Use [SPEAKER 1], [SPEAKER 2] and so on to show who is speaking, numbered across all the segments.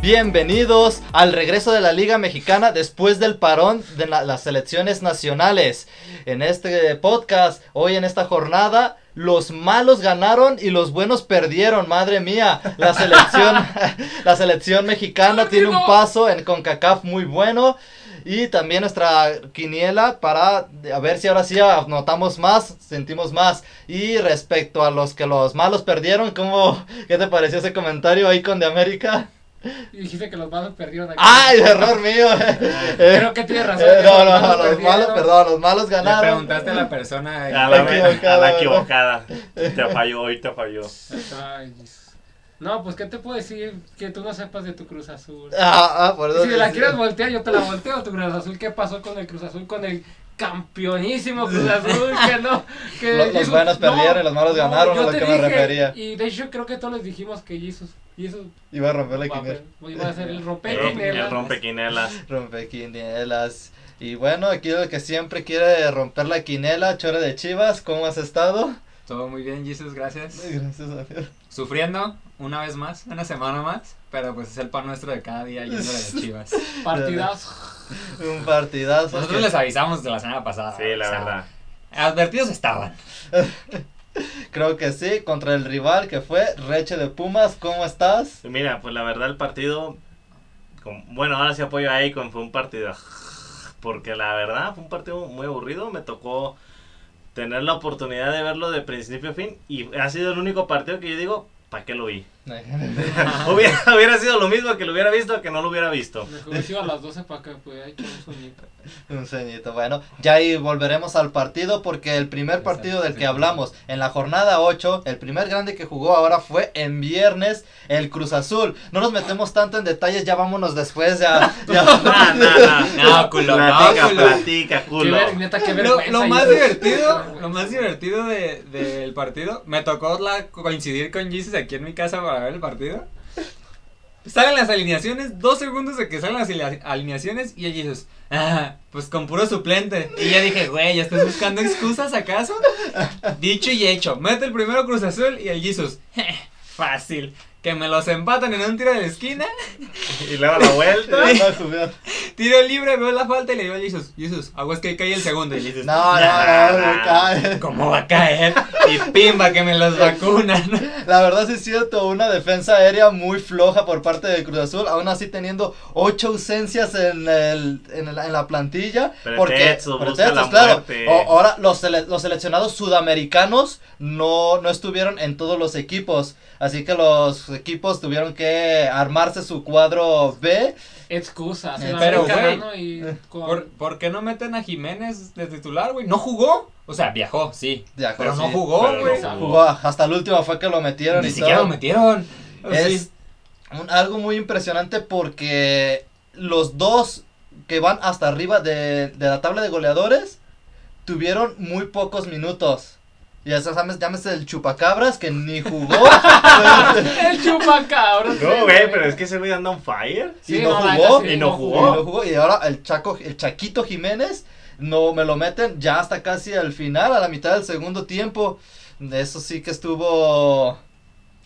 [SPEAKER 1] Bienvenidos al regreso de la Liga Mexicana después del parón de la- las selecciones nacionales. En este podcast, hoy en esta jornada, los malos ganaron y los buenos perdieron. Madre mía, la selección, la selección mexicana tiene un paso en CONCACAF muy bueno. Y también nuestra quiniela para a ver si ahora sí anotamos más, sentimos más. Y respecto a los que los malos perdieron, ¿cómo, ¿qué te pareció ese comentario ahí con De América?
[SPEAKER 2] Y dijiste que los malos perdieron aquí.
[SPEAKER 1] ¡Ay, error mío!
[SPEAKER 2] Creo que tienes razón.
[SPEAKER 1] Eh,
[SPEAKER 2] que
[SPEAKER 1] no,
[SPEAKER 2] los
[SPEAKER 1] no, no, los
[SPEAKER 2] malos
[SPEAKER 1] malos,
[SPEAKER 2] perdieron.
[SPEAKER 1] perdón, los malos
[SPEAKER 3] Le
[SPEAKER 1] ganaron.
[SPEAKER 3] preguntaste a la persona.
[SPEAKER 4] A la,
[SPEAKER 3] eh,
[SPEAKER 4] a la equivocada. Te falló, hoy te falló.
[SPEAKER 2] Ay, no, pues, ¿qué te puedo decir que tú no sepas de tu Cruz Azul?
[SPEAKER 1] Ah, ah, por eso
[SPEAKER 2] si la
[SPEAKER 1] decía.
[SPEAKER 2] quieres voltear, yo te la volteo, tu Cruz Azul. ¿Qué pasó con el Cruz Azul? Con el campeonísimo Cruz Azul, que no. Que
[SPEAKER 1] Lo- los
[SPEAKER 2] Jesus-
[SPEAKER 1] buenos perdieron y los malos ganaron,
[SPEAKER 2] yo
[SPEAKER 1] a lo
[SPEAKER 2] te
[SPEAKER 1] que me
[SPEAKER 2] dije,
[SPEAKER 1] refería.
[SPEAKER 2] Y de hecho, creo que todos les dijimos que Jesus, Jesus
[SPEAKER 1] Iba a romper la
[SPEAKER 2] va a
[SPEAKER 1] quiniela.
[SPEAKER 2] ver, iba a ser el
[SPEAKER 4] El
[SPEAKER 2] rompequinelas.
[SPEAKER 4] rompequinelas.
[SPEAKER 1] Rompequinielas. Y bueno, aquí el que siempre quiere romper la quinela, Chore de Chivas, ¿cómo has estado?
[SPEAKER 3] Todo muy bien, Jesus, gracias.
[SPEAKER 1] Gracias a Dios.
[SPEAKER 3] Sufriendo una vez más, una semana más, pero pues es el pan nuestro de cada día yendo a las chivas.
[SPEAKER 2] Partidazo.
[SPEAKER 1] Un partidazo.
[SPEAKER 3] Nosotros les avisamos de la semana pasada.
[SPEAKER 4] Sí, la
[SPEAKER 3] o sea,
[SPEAKER 4] verdad.
[SPEAKER 3] Advertidos estaban.
[SPEAKER 1] Creo que sí, contra el rival que fue Reche de Pumas, ¿cómo estás?
[SPEAKER 4] Mira, pues la verdad el partido, con- bueno, ahora sí apoyo a Akon, fue un partido, porque la verdad fue un partido muy aburrido, me tocó tener la oportunidad de verlo de principio a fin y ha sido el único partido que yo digo, ¿para qué lo vi? hubiera, hubiera sido lo mismo que lo hubiera visto que no lo hubiera visto.
[SPEAKER 2] Mejor hubiese ido a las 12 para que pudiera echar un sueñito.
[SPEAKER 1] Un sueñito, bueno, ya ahí volveremos al partido porque el primer partido del que hablamos en la jornada 8, el primer grande que jugó ahora fue en viernes el Cruz Azul. No nos metemos tanto en detalles, ya vámonos después, ya.
[SPEAKER 4] Nah,
[SPEAKER 1] ya.
[SPEAKER 4] nah, nah.
[SPEAKER 3] No, culo,
[SPEAKER 4] platica,
[SPEAKER 3] no, culo.
[SPEAKER 4] platica,
[SPEAKER 2] Qué
[SPEAKER 4] culo.
[SPEAKER 2] ver, neta, qué
[SPEAKER 3] Lo,
[SPEAKER 2] vergüenza,
[SPEAKER 3] lo más
[SPEAKER 2] Jesus.
[SPEAKER 3] divertido, lo más divertido de- del partido, me tocó la, coincidir con Jesus aquí en mi casa para ver el partido. Salen las alineaciones, dos segundos de que salen las aline- alineaciones y el Jesus, ah, pues con puro suplente. Y yo dije, güey, ¿ya estás buscando excusas acaso? Dicho y hecho, mete el primero Cruz Azul y el Jesus, fácil, que me los empatan en un tiro de la esquina
[SPEAKER 4] Y luego la vuelta.
[SPEAKER 3] Tiro libre, veo la falta y le digo a Jesus, Jesus, aguas que cae el segundo. Y Jesus,
[SPEAKER 1] No, no, no, no, no, cae.
[SPEAKER 3] ¿Cómo va a caer? Y pimba que me los vacunan.
[SPEAKER 1] La verdad sí es cierto, una defensa aérea muy floja por parte de Cruz Azul, aún así teniendo ocho ausencias en, el, en, el- en la plantilla.
[SPEAKER 4] Pretextos,
[SPEAKER 1] porque,
[SPEAKER 4] busca la muerte.
[SPEAKER 1] O- ahora los, sele- los seleccionados sudamericanos no, no estuvieron en todos los equipos, así que los equipos tuvieron que armarse su cuadro B.
[SPEAKER 2] Excusas.
[SPEAKER 1] Eh,
[SPEAKER 2] la
[SPEAKER 3] pero,
[SPEAKER 2] América
[SPEAKER 3] güey,
[SPEAKER 2] ganó y con-
[SPEAKER 3] ¿Por, por qué no meten a Jiménez de titular, güey? ¿No jugó? O sea, viajó, sí.
[SPEAKER 1] Viajó,
[SPEAKER 3] pero no
[SPEAKER 1] sí,
[SPEAKER 3] jugó,
[SPEAKER 4] pero
[SPEAKER 3] güey.
[SPEAKER 4] no
[SPEAKER 1] Jugó, hasta el último fue que lo metieron
[SPEAKER 3] Ni
[SPEAKER 1] y
[SPEAKER 3] siquiera
[SPEAKER 1] todo.
[SPEAKER 3] lo metieron. O sea,
[SPEAKER 1] Es un- algo muy impresionante porque los dos que van hasta arriba de, de la tabla de goleadores tuvieron muy pocos minutos. Y eso sabes, llámese el chupacabras que ni jugó.
[SPEAKER 2] El chupacabras.
[SPEAKER 4] No, güey, pero es que ese güey anda on fire.
[SPEAKER 1] y no jugó,
[SPEAKER 4] y no
[SPEAKER 1] y
[SPEAKER 4] jugó.
[SPEAKER 1] no jugó. Y ahora el Chaco, el Chaquito Jiménez, no me lo meten ya hasta casi al final, a la mitad del segundo tiempo. Eso sí que estuvo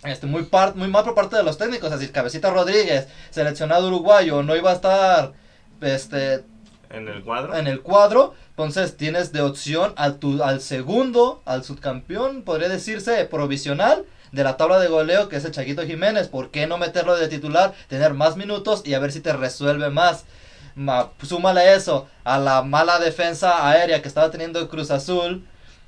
[SPEAKER 1] este, muy, par- muy mal por parte de los técnicos. Es decir, Cabecita Rodríguez, seleccionado uruguayo, no iba a estar este,
[SPEAKER 4] En el cuadro.
[SPEAKER 1] en el cuadro. Entonces tienes de opción al, tu, al segundo, al subcampeón, podría decirse provisional de la tabla de goleo que es el Chaquito Jiménez. ¿Por qué no meterlo de titular, tener más minutos y a ver si te resuelve más? Ma- súmale eso a la mala defensa aérea que estaba teniendo Cruz Azul.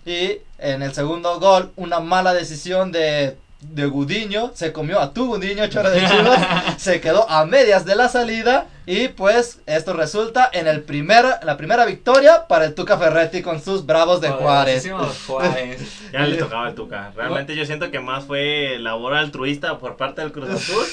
[SPEAKER 1] Y en el segundo gol, una mala decisión de, de Gudiño. Se comió a tu Gudiño, chora de chivas. se quedó a medias de la salida. Y pues esto resulta en el primer, la primera victoria para el Tuca Ferretti con sus bravos de Juárez.
[SPEAKER 3] poderosísimo Juárez.
[SPEAKER 4] Ya le tocaba el Tuca. Realmente yo siento que más fue labor altruista por parte del Cruz Azul.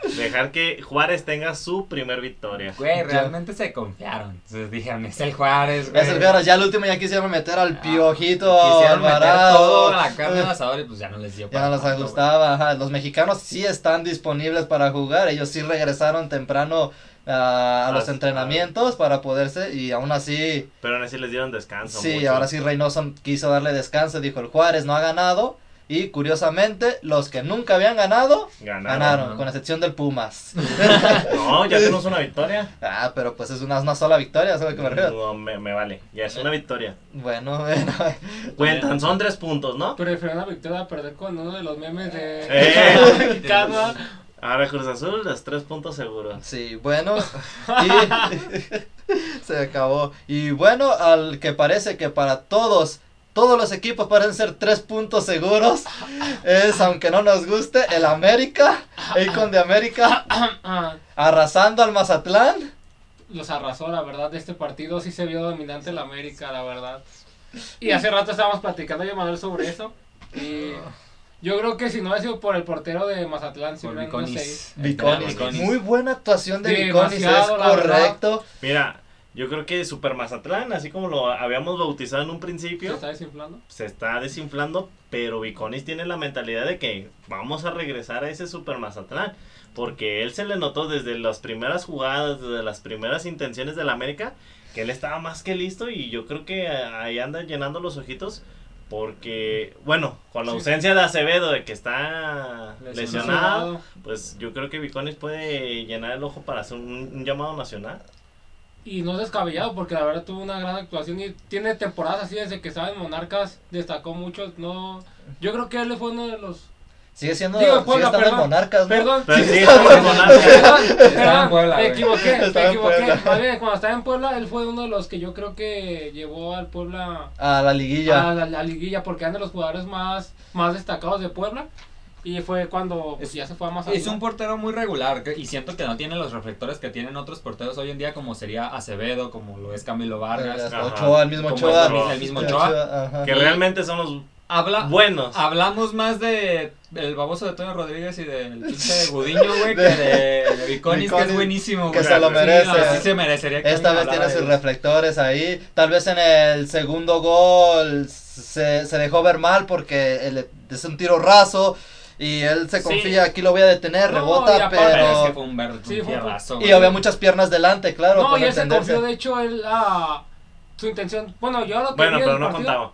[SPEAKER 4] Dejar que Juárez tenga su primer victoria.
[SPEAKER 3] Güey, realmente se confiaron. Entonces dijeron, es el Juárez, güey.
[SPEAKER 1] Esos caras, ya el último ya quisieron meter al
[SPEAKER 3] Ah,
[SPEAKER 1] piojito
[SPEAKER 3] Quisieron meter
[SPEAKER 1] Alvarado.
[SPEAKER 3] todo a la carne al asador y pues ya no les dio
[SPEAKER 1] Ya no les
[SPEAKER 3] tanto, güey.
[SPEAKER 1] gustaba, ajá. Los mexicanos sí están disponibles para jugar. Ellos sí regresaron temprano ah, a los
[SPEAKER 4] Hasta-
[SPEAKER 1] entrenamientos para poderse. Y aún así,
[SPEAKER 4] Pero aún así les dieron descanso.
[SPEAKER 1] sí,
[SPEAKER 4] mucho.
[SPEAKER 1] ahora sí Reynoso quiso darle descanso. Dijo: El Juárez no ha ganado. Y curiosamente, los que nunca habían ganado,
[SPEAKER 4] Ganaron.
[SPEAKER 1] ganaron,
[SPEAKER 3] ¿no?
[SPEAKER 1] con excepción del Pumas.
[SPEAKER 4] No, ya tenemos una victoria.
[SPEAKER 1] ah, pero pues es una, una sola victoria, ¿sabes a lo que me refiero?
[SPEAKER 4] No, me, me vale. Ya es
[SPEAKER 1] Eh.
[SPEAKER 4] una victoria.
[SPEAKER 1] Bueno, bueno.
[SPEAKER 4] Cuentan, son tres puntos, ¿no?
[SPEAKER 2] Prefiero una victoria a perder con uno de los memes de.
[SPEAKER 4] Eh.
[SPEAKER 2] Cada-
[SPEAKER 4] Ahora Cruz Azul, los tres puntos seguros.
[SPEAKER 1] Sí, bueno. y- se acabó. Y bueno, al que parece que para todos, todos los equipos parecen ser tres puntos seguros, es, aunque no nos guste, el América, el con de América,
[SPEAKER 2] Ah,
[SPEAKER 1] arrasando al Mazatlán.
[SPEAKER 2] los arrasó, la verdad, de este partido sí se vio dominante el América, la verdad. Y hace rato estábamos platicando yo, Manuel, sobre eso. Y yo creo que si no ha sido por el portero de Mazatlán, si
[SPEAKER 3] Por
[SPEAKER 2] hubieran unos seis.
[SPEAKER 3] Viconis.
[SPEAKER 1] Viconis,
[SPEAKER 4] Viconis.
[SPEAKER 1] muy buena actuación de Viconis, es
[SPEAKER 2] Demasiado, la verdad.
[SPEAKER 1] correcto.
[SPEAKER 4] Mira, yo creo que Super Mazatlán, así como lo habíamos bautizado en un
[SPEAKER 2] ¿Se
[SPEAKER 4] principio,
[SPEAKER 2] está desinflando?
[SPEAKER 4] se está desinflando, pero Viconis tiene la mentalidad de que vamos a regresar a ese Super Mazatlán, porque él se le notó desde las primeras jugadas, desde las primeras intenciones del América, que él estaba más que listo y yo creo que ahí anda llenando los ojitos. Porque, bueno, con la
[SPEAKER 2] Sí.
[SPEAKER 4] ausencia de Acevedo, de que está
[SPEAKER 3] Lesionado.
[SPEAKER 4] lesionado, pues yo creo que Viconis puede llenar el ojo para hacer un, un llamado nacional.
[SPEAKER 2] Y no es descabellado porque la verdad tuvo una gran actuación y tiene temporadas así desde que estaba en Monarcas, destacó mucho, no yo creo que él fue uno de los
[SPEAKER 1] Sigue siendo,
[SPEAKER 2] Digo,
[SPEAKER 1] sigue
[SPEAKER 2] Puebla,
[SPEAKER 1] estando en
[SPEAKER 2] perdón,
[SPEAKER 1] Monarcas, ¿no?
[SPEAKER 2] Perdón,
[SPEAKER 4] Pero sí, está muy monarca.
[SPEAKER 2] perdón,
[SPEAKER 3] Estaba en
[SPEAKER 2] perdón,
[SPEAKER 3] Puebla,
[SPEAKER 2] me
[SPEAKER 3] güey.
[SPEAKER 2] equivoqué,
[SPEAKER 1] Estaba
[SPEAKER 2] me
[SPEAKER 1] en
[SPEAKER 2] equivoqué.
[SPEAKER 1] Puebla.
[SPEAKER 2] Más bien, cuando estaba en Puebla, él fue uno de los que yo creo que llevó al Puebla
[SPEAKER 1] A la liguilla.
[SPEAKER 2] a la, la liguilla porque eran de los jugadores más, más destacados de Puebla. Y fue cuando pues,
[SPEAKER 3] Es-
[SPEAKER 2] ya se fue a más
[SPEAKER 3] Es un portero muy regular que- y siento que no tiene los reflectores que tienen otros porteros hoy en día como sería Acevedo, como lo es Camilo Vargas.
[SPEAKER 1] Hasta
[SPEAKER 4] Ajá.
[SPEAKER 1] Este, Ochoa, el mismo
[SPEAKER 3] Como
[SPEAKER 1] Ochoa.
[SPEAKER 4] el mismo-
[SPEAKER 3] el mismo Ochoa.
[SPEAKER 1] ajá.
[SPEAKER 4] Que realmente son los
[SPEAKER 2] Ah,
[SPEAKER 3] Habla,
[SPEAKER 4] buenos.
[SPEAKER 3] hablamos más de el baboso de Toño Rodríguez y del pinche Gudiño, güey, que de, de Viconis, que es
[SPEAKER 1] Viconis,
[SPEAKER 3] buenísimo, güey.
[SPEAKER 1] que se lo
[SPEAKER 3] Sí,
[SPEAKER 1] merece.
[SPEAKER 3] no, sí se merecería que
[SPEAKER 1] Esta vez
[SPEAKER 3] alguien hablara
[SPEAKER 1] tiene sus
[SPEAKER 3] de él.
[SPEAKER 1] reflectores ahí. Tal vez en el segundo gol se, se dejó ver mal porque el- es un tiro raso y él se
[SPEAKER 2] Sí.
[SPEAKER 1] confía, aquí lo voy a detener,
[SPEAKER 2] No,
[SPEAKER 1] rebota,
[SPEAKER 2] y aparte
[SPEAKER 3] Pero es que
[SPEAKER 1] pero...
[SPEAKER 3] fue un verde,
[SPEAKER 2] Sí,
[SPEAKER 3] un
[SPEAKER 2] fue un-
[SPEAKER 3] fierrazo,
[SPEAKER 1] Y
[SPEAKER 3] güey.
[SPEAKER 1] había muchas piernas delante, claro.
[SPEAKER 2] No,
[SPEAKER 1] por
[SPEAKER 2] y él se
[SPEAKER 1] entenderse.
[SPEAKER 2] confió, de hecho, él a su intención. Bueno, yo lo que
[SPEAKER 4] Bueno,
[SPEAKER 2] vi
[SPEAKER 4] pero
[SPEAKER 2] del
[SPEAKER 4] no
[SPEAKER 2] partido-
[SPEAKER 4] contaba.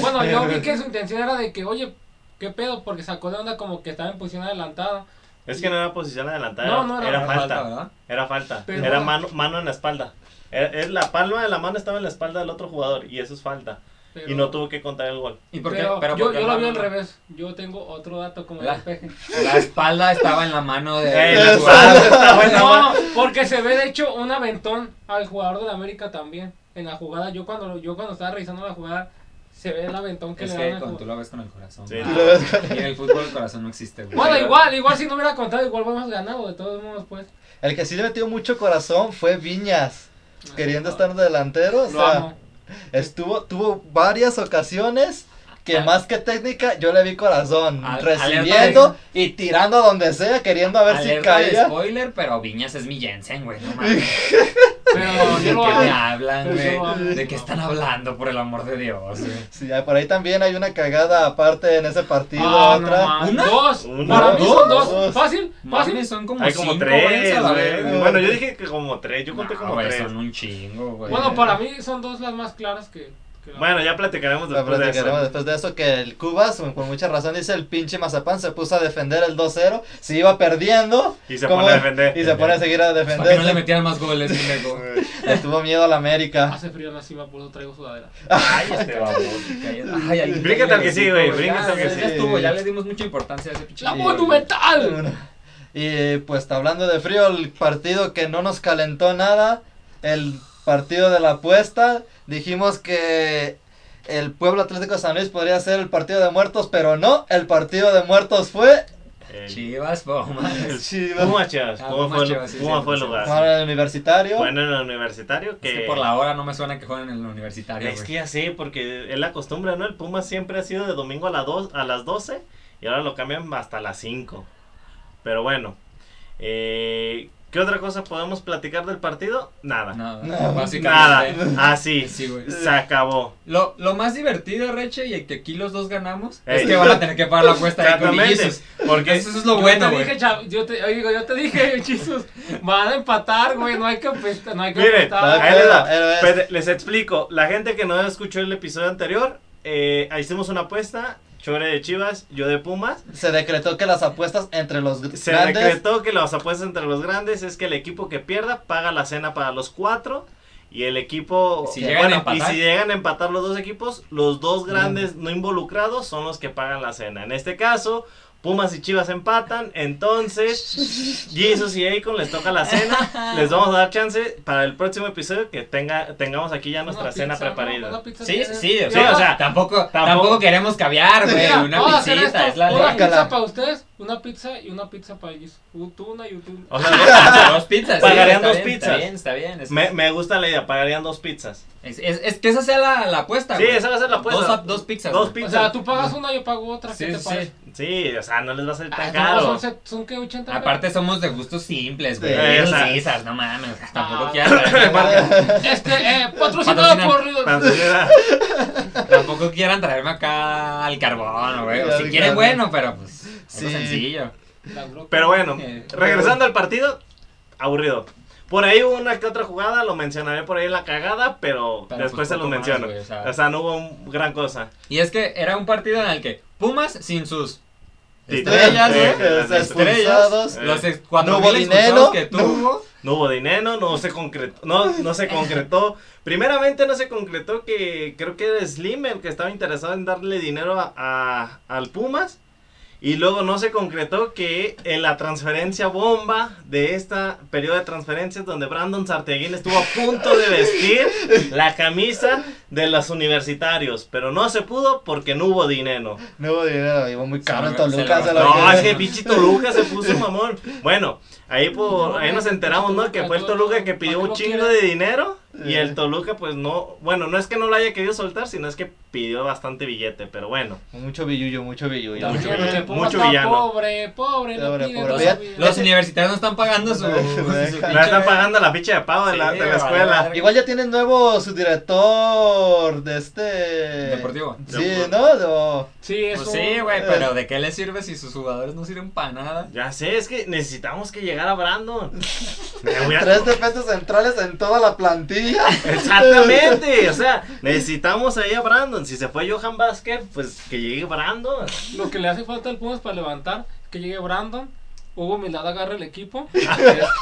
[SPEAKER 2] Bueno, yo vi que su intención era de que, oye, ¿qué pedo? Porque sacó de onda como que estaba en posición adelantada.
[SPEAKER 4] Es que no era posición adelantada,
[SPEAKER 2] No,
[SPEAKER 4] era-
[SPEAKER 2] no
[SPEAKER 4] era,
[SPEAKER 2] era
[SPEAKER 4] falta.
[SPEAKER 3] ¿verdad?
[SPEAKER 4] era falta.
[SPEAKER 2] Pero-
[SPEAKER 4] era mano, mano en la espalda. Era- era la palma de la mano estaba en la espalda del otro jugador y eso es falta.
[SPEAKER 2] Pero,
[SPEAKER 4] Y no tuvo que contar el gol.
[SPEAKER 3] ¿Y por qué?
[SPEAKER 2] pero
[SPEAKER 3] Pero
[SPEAKER 2] yo,
[SPEAKER 3] porque
[SPEAKER 2] yo lo vi
[SPEAKER 3] la-
[SPEAKER 2] al revés. Yo tengo otro dato como
[SPEAKER 3] La-
[SPEAKER 2] el peje.
[SPEAKER 3] La espalda estaba en la mano de.
[SPEAKER 4] Eh,
[SPEAKER 3] del
[SPEAKER 4] la
[SPEAKER 3] jugador.
[SPEAKER 4] espalda estaba en la mano.
[SPEAKER 2] No, porque se ve de hecho un aventón al jugador de la América también. En la jugada, yo cuando yo cuando estaba revisando la jugada, se ve el aventón que
[SPEAKER 3] Es
[SPEAKER 2] le
[SPEAKER 3] que
[SPEAKER 2] dan. al
[SPEAKER 3] con- tú
[SPEAKER 2] jugador.
[SPEAKER 3] lo ves con el corazón.
[SPEAKER 4] Sí.
[SPEAKER 3] güey.
[SPEAKER 4] Tú
[SPEAKER 1] lo ves
[SPEAKER 3] Y en el fútbol el corazón no existe, güey.
[SPEAKER 2] Bueno, igual, igual si no hubiera contado, igual hubiéramos ganado de todos modos, pues.
[SPEAKER 1] El que sí le metió mucho corazón fue Viñas. Queriendo
[SPEAKER 2] No,
[SPEAKER 1] estar delantero, o
[SPEAKER 2] lo
[SPEAKER 1] sea,
[SPEAKER 2] amo.
[SPEAKER 1] estuvo, tuvo varias ocasiones que
[SPEAKER 2] Ah.
[SPEAKER 1] más que técnica yo le vi corazón,
[SPEAKER 3] Al-
[SPEAKER 1] recibiendo
[SPEAKER 3] alerta
[SPEAKER 1] y tirando donde sea, queriendo a ver si
[SPEAKER 3] Alerta de
[SPEAKER 1] caía.
[SPEAKER 3] spoiler, pero Viñas es mi Jensen, güey. No mames.
[SPEAKER 2] Pero
[SPEAKER 3] ¿De
[SPEAKER 2] yo lo
[SPEAKER 3] qué me
[SPEAKER 2] amo.
[SPEAKER 3] hablan,
[SPEAKER 4] Pues
[SPEAKER 2] Pero yo lo amo.
[SPEAKER 3] güey? ¿De qué están hablando, por el amor de Dios, güey?
[SPEAKER 1] Sí, ah, por ahí también hay una cagada aparte en ese partido,
[SPEAKER 2] Ah, no
[SPEAKER 1] otra.
[SPEAKER 2] mames.
[SPEAKER 3] ¿Una?
[SPEAKER 2] Dos.
[SPEAKER 4] Una,
[SPEAKER 2] Para mí son
[SPEAKER 1] dos.
[SPEAKER 2] dos. Fácil, fácil.
[SPEAKER 3] Mames, son como
[SPEAKER 4] Hay como
[SPEAKER 3] cinco, güey,
[SPEAKER 4] tres,
[SPEAKER 3] a la
[SPEAKER 4] güey.
[SPEAKER 3] verga.
[SPEAKER 4] Bueno, yo dije que como tres, yo
[SPEAKER 3] No,
[SPEAKER 4] conté como
[SPEAKER 3] güey,
[SPEAKER 4] tres.
[SPEAKER 3] son un chingo, güey.
[SPEAKER 2] Bueno, para mí son dos las más claras que. que la-
[SPEAKER 4] Bueno, ya platicaremos
[SPEAKER 1] La
[SPEAKER 4] después de
[SPEAKER 1] platicaremos
[SPEAKER 4] eso.
[SPEAKER 1] después de eso que el Cubas, con mucha razón, dice el pinche Mazapán se puso a defender el 2-0, se iba perdiendo.
[SPEAKER 4] Y se
[SPEAKER 1] ¿cómo?
[SPEAKER 4] pone a defender.
[SPEAKER 1] Y se pone a seguir a
[SPEAKER 3] Para que no le
[SPEAKER 1] defender.
[SPEAKER 3] metieran más goles, pendejo.
[SPEAKER 1] Le tuvo miedo a la América.
[SPEAKER 2] Hace frío en la cima, por eso traigo sudadera.
[SPEAKER 4] Ay, este baboso.
[SPEAKER 3] Ay, ay,
[SPEAKER 4] Bríncate al que sí, güey,
[SPEAKER 3] ya,
[SPEAKER 4] bríncate al que
[SPEAKER 3] ya
[SPEAKER 1] sí.
[SPEAKER 3] estuvo, ya le dimos mucha importancia a ese pinche.
[SPEAKER 2] ¡La
[SPEAKER 1] Sí,
[SPEAKER 2] monumental!
[SPEAKER 1] Y pues hablando de frío, el partido que no nos calentó nada, el partido de la apuesta, dijimos que el Pueblo Atlético de San Luis podría ser el partido de muertos, pero no, el partido de muertos fue
[SPEAKER 4] El-
[SPEAKER 3] Chivas, Pumas.
[SPEAKER 4] el
[SPEAKER 1] Chivas.
[SPEAKER 4] Puma Chivas.
[SPEAKER 3] Ah,
[SPEAKER 4] ¿Cómo
[SPEAKER 3] Puma
[SPEAKER 4] fue
[SPEAKER 3] Chivas, sí,
[SPEAKER 4] el- Puma
[SPEAKER 3] sí,
[SPEAKER 4] fue el
[SPEAKER 3] sí.
[SPEAKER 4] lugar?
[SPEAKER 1] Ahora en el universitario.
[SPEAKER 4] Bueno, en el universitario que...
[SPEAKER 3] Es que por la hora no me suena que jueguen en el universitario.
[SPEAKER 4] Es
[SPEAKER 3] güey.
[SPEAKER 4] que ya sé, porque es la costumbre, ¿no? El Puma siempre ha sido de domingo a, la dos- a las 12 y ahora lo cambian hasta las 5. Pero bueno, eh, ¿qué otra cosa podemos platicar del partido? Nada.
[SPEAKER 3] Nada,
[SPEAKER 1] No,
[SPEAKER 4] Nada.
[SPEAKER 3] básicamente.
[SPEAKER 4] Así.
[SPEAKER 3] Sí, güey.
[SPEAKER 4] Se acabó.
[SPEAKER 3] Lo, lo más divertido, Reche, y que aquí los dos ganamos,
[SPEAKER 4] Ey.
[SPEAKER 3] es que van a tener que pagar la cuesta de
[SPEAKER 4] Exactamente.
[SPEAKER 3] Curisus.
[SPEAKER 4] Porque
[SPEAKER 3] Eso es lo
[SPEAKER 2] yo
[SPEAKER 3] bueno,
[SPEAKER 2] te
[SPEAKER 3] güey.
[SPEAKER 2] dije, chav- yo te, oigo, yo te dije, Jesús, van a empatar, güey, no hay que apestar, no hay que
[SPEAKER 4] Miren,
[SPEAKER 2] apestar.
[SPEAKER 4] ahí les, va.
[SPEAKER 1] Pero es-
[SPEAKER 4] Pues, les explico. La gente que no escuchó el episodio anterior, eh, hicimos una apuesta. Chore de Chivas, yo de Pumas.
[SPEAKER 1] Se decretó que las apuestas entre los gr-
[SPEAKER 4] Se
[SPEAKER 1] grandes.
[SPEAKER 4] decretó que las apuestas entre los grandes es que el equipo que pierda paga la cena para los cuatro. Y el equipo.
[SPEAKER 3] Si
[SPEAKER 4] que-
[SPEAKER 3] llegan a
[SPEAKER 4] y
[SPEAKER 3] empatar. Mm.
[SPEAKER 4] si llegan a empatar los dos equipos, los dos grandes no involucrados son los que pagan la cena. En este caso, Pumas y Chivas empatan. Entonces, Jesus y Akon les toca la cena. Les vamos a dar chance para el próximo episodio que tenga, tengamos aquí ya nuestra cena preparada.
[SPEAKER 3] Sí, sí, o
[SPEAKER 4] Sí,
[SPEAKER 3] sea,
[SPEAKER 4] o sea,
[SPEAKER 3] tampoco, tampoco,
[SPEAKER 4] tampoco
[SPEAKER 3] queremos caviar, güey.
[SPEAKER 2] eh. Mira, vamos a
[SPEAKER 3] Una
[SPEAKER 2] hacer
[SPEAKER 3] pizzita,
[SPEAKER 2] esto,
[SPEAKER 3] es la
[SPEAKER 2] Una
[SPEAKER 3] ley.
[SPEAKER 1] Guácala.
[SPEAKER 2] pizza para ustedes, una pizza y una pizza para ellos. U- Tú una y tú
[SPEAKER 4] O sea, dos-
[SPEAKER 3] Ah, Dos pizzas. sí,
[SPEAKER 4] Pagarían
[SPEAKER 3] está
[SPEAKER 4] dos
[SPEAKER 3] bien,
[SPEAKER 4] pizzas.
[SPEAKER 3] Está bien, está bien. es-
[SPEAKER 4] me, me gusta la idea, pagarían dos pizzas.
[SPEAKER 3] Es, es- es que esa sea la, la apuesta,
[SPEAKER 4] Sí,
[SPEAKER 3] güey.
[SPEAKER 4] esa va a ser la apuesta.
[SPEAKER 3] Dos a- dos pizzas,
[SPEAKER 4] Dos
[SPEAKER 3] güey.
[SPEAKER 2] una. O
[SPEAKER 4] pizzas.
[SPEAKER 2] sea, tú pagas una, yo pago otra.
[SPEAKER 3] Sí,
[SPEAKER 2] ¿Qué te
[SPEAKER 3] sí.
[SPEAKER 2] parece?
[SPEAKER 4] Sí, o sea, no les va a ser
[SPEAKER 2] Ah,
[SPEAKER 4] tan
[SPEAKER 2] no,
[SPEAKER 4] caro.
[SPEAKER 2] son, se- son que 80 pesos.
[SPEAKER 3] Aparte somos de gustos simples, güey.
[SPEAKER 1] Sí,
[SPEAKER 3] Little
[SPEAKER 4] o sea.
[SPEAKER 3] Caesar, no mames, tampoco
[SPEAKER 2] Ah.
[SPEAKER 3] quiero traer marcas.
[SPEAKER 2] Este, eh, patrocinado
[SPEAKER 3] Patrocina.
[SPEAKER 2] por Río.
[SPEAKER 4] Patrocina-
[SPEAKER 3] Tampoco quieran traerme acá al carbón, güey. O Si
[SPEAKER 1] Al
[SPEAKER 3] quieren,
[SPEAKER 1] carbón.
[SPEAKER 3] bueno, pero pues algo
[SPEAKER 1] Sí.
[SPEAKER 3] sencillo.
[SPEAKER 4] Pero bueno,
[SPEAKER 3] Eh,
[SPEAKER 4] regresando al partido, aburrido. Por ahí hubo una que otra jugada, lo mencionaré por ahí en la cagada, pero,
[SPEAKER 3] Pero, pues,
[SPEAKER 4] después se los
[SPEAKER 3] poco más,
[SPEAKER 4] menciono.
[SPEAKER 3] güey, o sea.
[SPEAKER 4] o sea, no hubo un- gran cosa.
[SPEAKER 3] Y es que era un partido en el que Pumas sin sus estrellas,
[SPEAKER 4] Estrellas, Sí,
[SPEAKER 3] güey.
[SPEAKER 4] sí,
[SPEAKER 1] Los
[SPEAKER 4] las
[SPEAKER 1] expulsados.
[SPEAKER 4] estrellas.
[SPEAKER 3] Los
[SPEAKER 4] Eh.
[SPEAKER 3] ex- cuatro
[SPEAKER 1] No
[SPEAKER 3] mil
[SPEAKER 1] hubo dinero,
[SPEAKER 3] expulsados que
[SPEAKER 1] no-
[SPEAKER 3] tuvo.
[SPEAKER 4] No hubo dinero, no se concretó, no, no se concretó. Primeramente no se concretó que creo que era Slim el que estaba interesado en darle dinero a, a- al Pumas. Y luego no se concretó que en la transferencia bomba de esta periodo de transferencias donde Brandon Sarteguín estuvo a punto de vestir la camisa de los universitarios. Pero no se pudo porque no hubo dinero.
[SPEAKER 1] No hubo dinero, iba muy caro en
[SPEAKER 3] Se lo- se
[SPEAKER 1] Toluca.
[SPEAKER 3] lo-
[SPEAKER 1] se lo-
[SPEAKER 4] No, es que pinche Toluca se puso mamón. Bueno, ahí por, ahí nos enteramos, ¿no? Que fue el Toluca que pidió un chingo de dinero. Y el Toluca, pues no. Bueno, no es que no lo haya querido soltar, sino es que pidió bastante billete. Pero bueno,
[SPEAKER 1] Mucho billuyo, mucho billuyo.
[SPEAKER 2] También,
[SPEAKER 4] Mucho
[SPEAKER 2] porque
[SPEAKER 4] villano,
[SPEAKER 2] Pumas
[SPEAKER 4] mucho
[SPEAKER 2] está
[SPEAKER 4] villano.
[SPEAKER 2] Pobre, pobre, no
[SPEAKER 1] Pobre,
[SPEAKER 2] pide,
[SPEAKER 1] pobre. Pues
[SPEAKER 2] no
[SPEAKER 3] Los,
[SPEAKER 2] pide.
[SPEAKER 3] los universitarios no están pagando su.
[SPEAKER 1] No,
[SPEAKER 3] su
[SPEAKER 1] güey.
[SPEAKER 3] pinche-
[SPEAKER 4] la están pagando la ficha de pago de la, de la escuela.
[SPEAKER 1] Igual ya tienen nuevo su director de este.
[SPEAKER 3] Deportivo.
[SPEAKER 1] Sí,
[SPEAKER 4] Deportivo.
[SPEAKER 1] ¿no? oh, O-
[SPEAKER 2] Sí, es
[SPEAKER 3] Pues
[SPEAKER 2] un-
[SPEAKER 3] sí, güey, pero ¿de qué les sirve si sus jugadores no sirven para nada?
[SPEAKER 4] Ya sé, es que necesitamos que llegara Brandon. Me voy a-
[SPEAKER 1] Tres defensas centrales en toda la plantilla.
[SPEAKER 4] Exactamente, o sea, necesitamos ahí a Brandon. Si se fue Johan Vázquez, pues que llegue Brandon.
[SPEAKER 2] Lo que le hace falta al Pumas para levantar es que llegue Brandon. Hugo Milad agarra el equipo.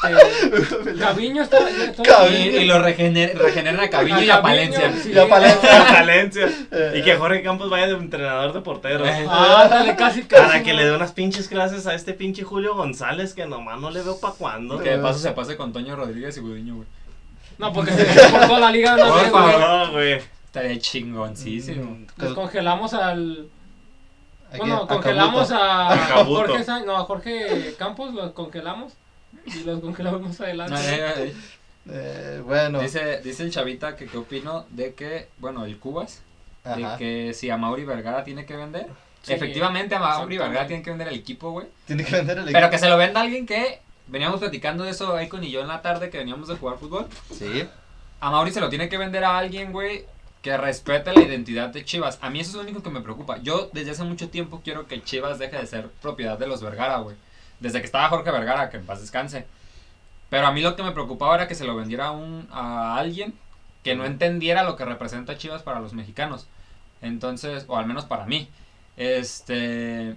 [SPEAKER 2] Este, Caviño está. está-
[SPEAKER 3] Y,
[SPEAKER 1] Caviño.
[SPEAKER 3] y lo regener- regeneran a Caviño y
[SPEAKER 2] Caviño,
[SPEAKER 3] a Palencia.
[SPEAKER 2] sí.
[SPEAKER 1] Y a Palencia.
[SPEAKER 4] Valencia. Y que Jorge Campos vaya de entrenador de porteros.
[SPEAKER 2] Ah, dale, casi, casi.
[SPEAKER 4] Para que
[SPEAKER 2] ¿no?
[SPEAKER 4] le dé unas pinches clases a este pinche Julio González que nomás no le veo pa' cuándo.
[SPEAKER 3] Que de paso se pase con Toño Rodríguez y Gudiño, güey.
[SPEAKER 2] No, porque se quedó por toda la liga de una
[SPEAKER 3] Por
[SPEAKER 2] vez,
[SPEAKER 3] favor.
[SPEAKER 2] güey.
[SPEAKER 4] No, güey.
[SPEAKER 3] Estaría chingoncísimo.
[SPEAKER 1] Mm, con-
[SPEAKER 2] Nos congelamos al.
[SPEAKER 1] aquí,
[SPEAKER 2] Bueno,
[SPEAKER 1] a
[SPEAKER 2] congelamos
[SPEAKER 1] Cabuto.
[SPEAKER 2] a,
[SPEAKER 4] Cabuto.
[SPEAKER 2] Jorge Sa- no, a Jorge Campos, los congelamos. Y los congelamos más adelante.
[SPEAKER 3] No, eh, eh,
[SPEAKER 1] Eh, bueno.
[SPEAKER 3] Dice, dice el chavita que qué opino de que, bueno, el Cubas, de
[SPEAKER 1] Ajá.
[SPEAKER 3] que si a Mauri Vergara tiene que vender.
[SPEAKER 2] Sí,
[SPEAKER 3] Efectivamente, a Mauri
[SPEAKER 2] exactamente.
[SPEAKER 3] Vergara tiene que vender el equipo, güey.
[SPEAKER 1] Tiene que vender el equipo.
[SPEAKER 3] Pero que se lo venda a alguien que veníamos platicando de eso, Icon y yo en la tarde que veníamos de jugar fútbol.
[SPEAKER 1] Sí.
[SPEAKER 3] A Mauri se lo tiene que vender a alguien, güey, que respete la identidad de Chivas. A mí eso es lo único que me preocupa. Yo desde hace mucho tiempo quiero que Chivas deje de ser propiedad de los Vergara, güey. Desde que estaba Jorge Vergara, que en paz descanse. Pero a mí lo que me preocupaba era que se lo vendiera a, un, a alguien que no entendiera lo que representa Chivas para los mexicanos. Entonces, o al menos para mí. Este...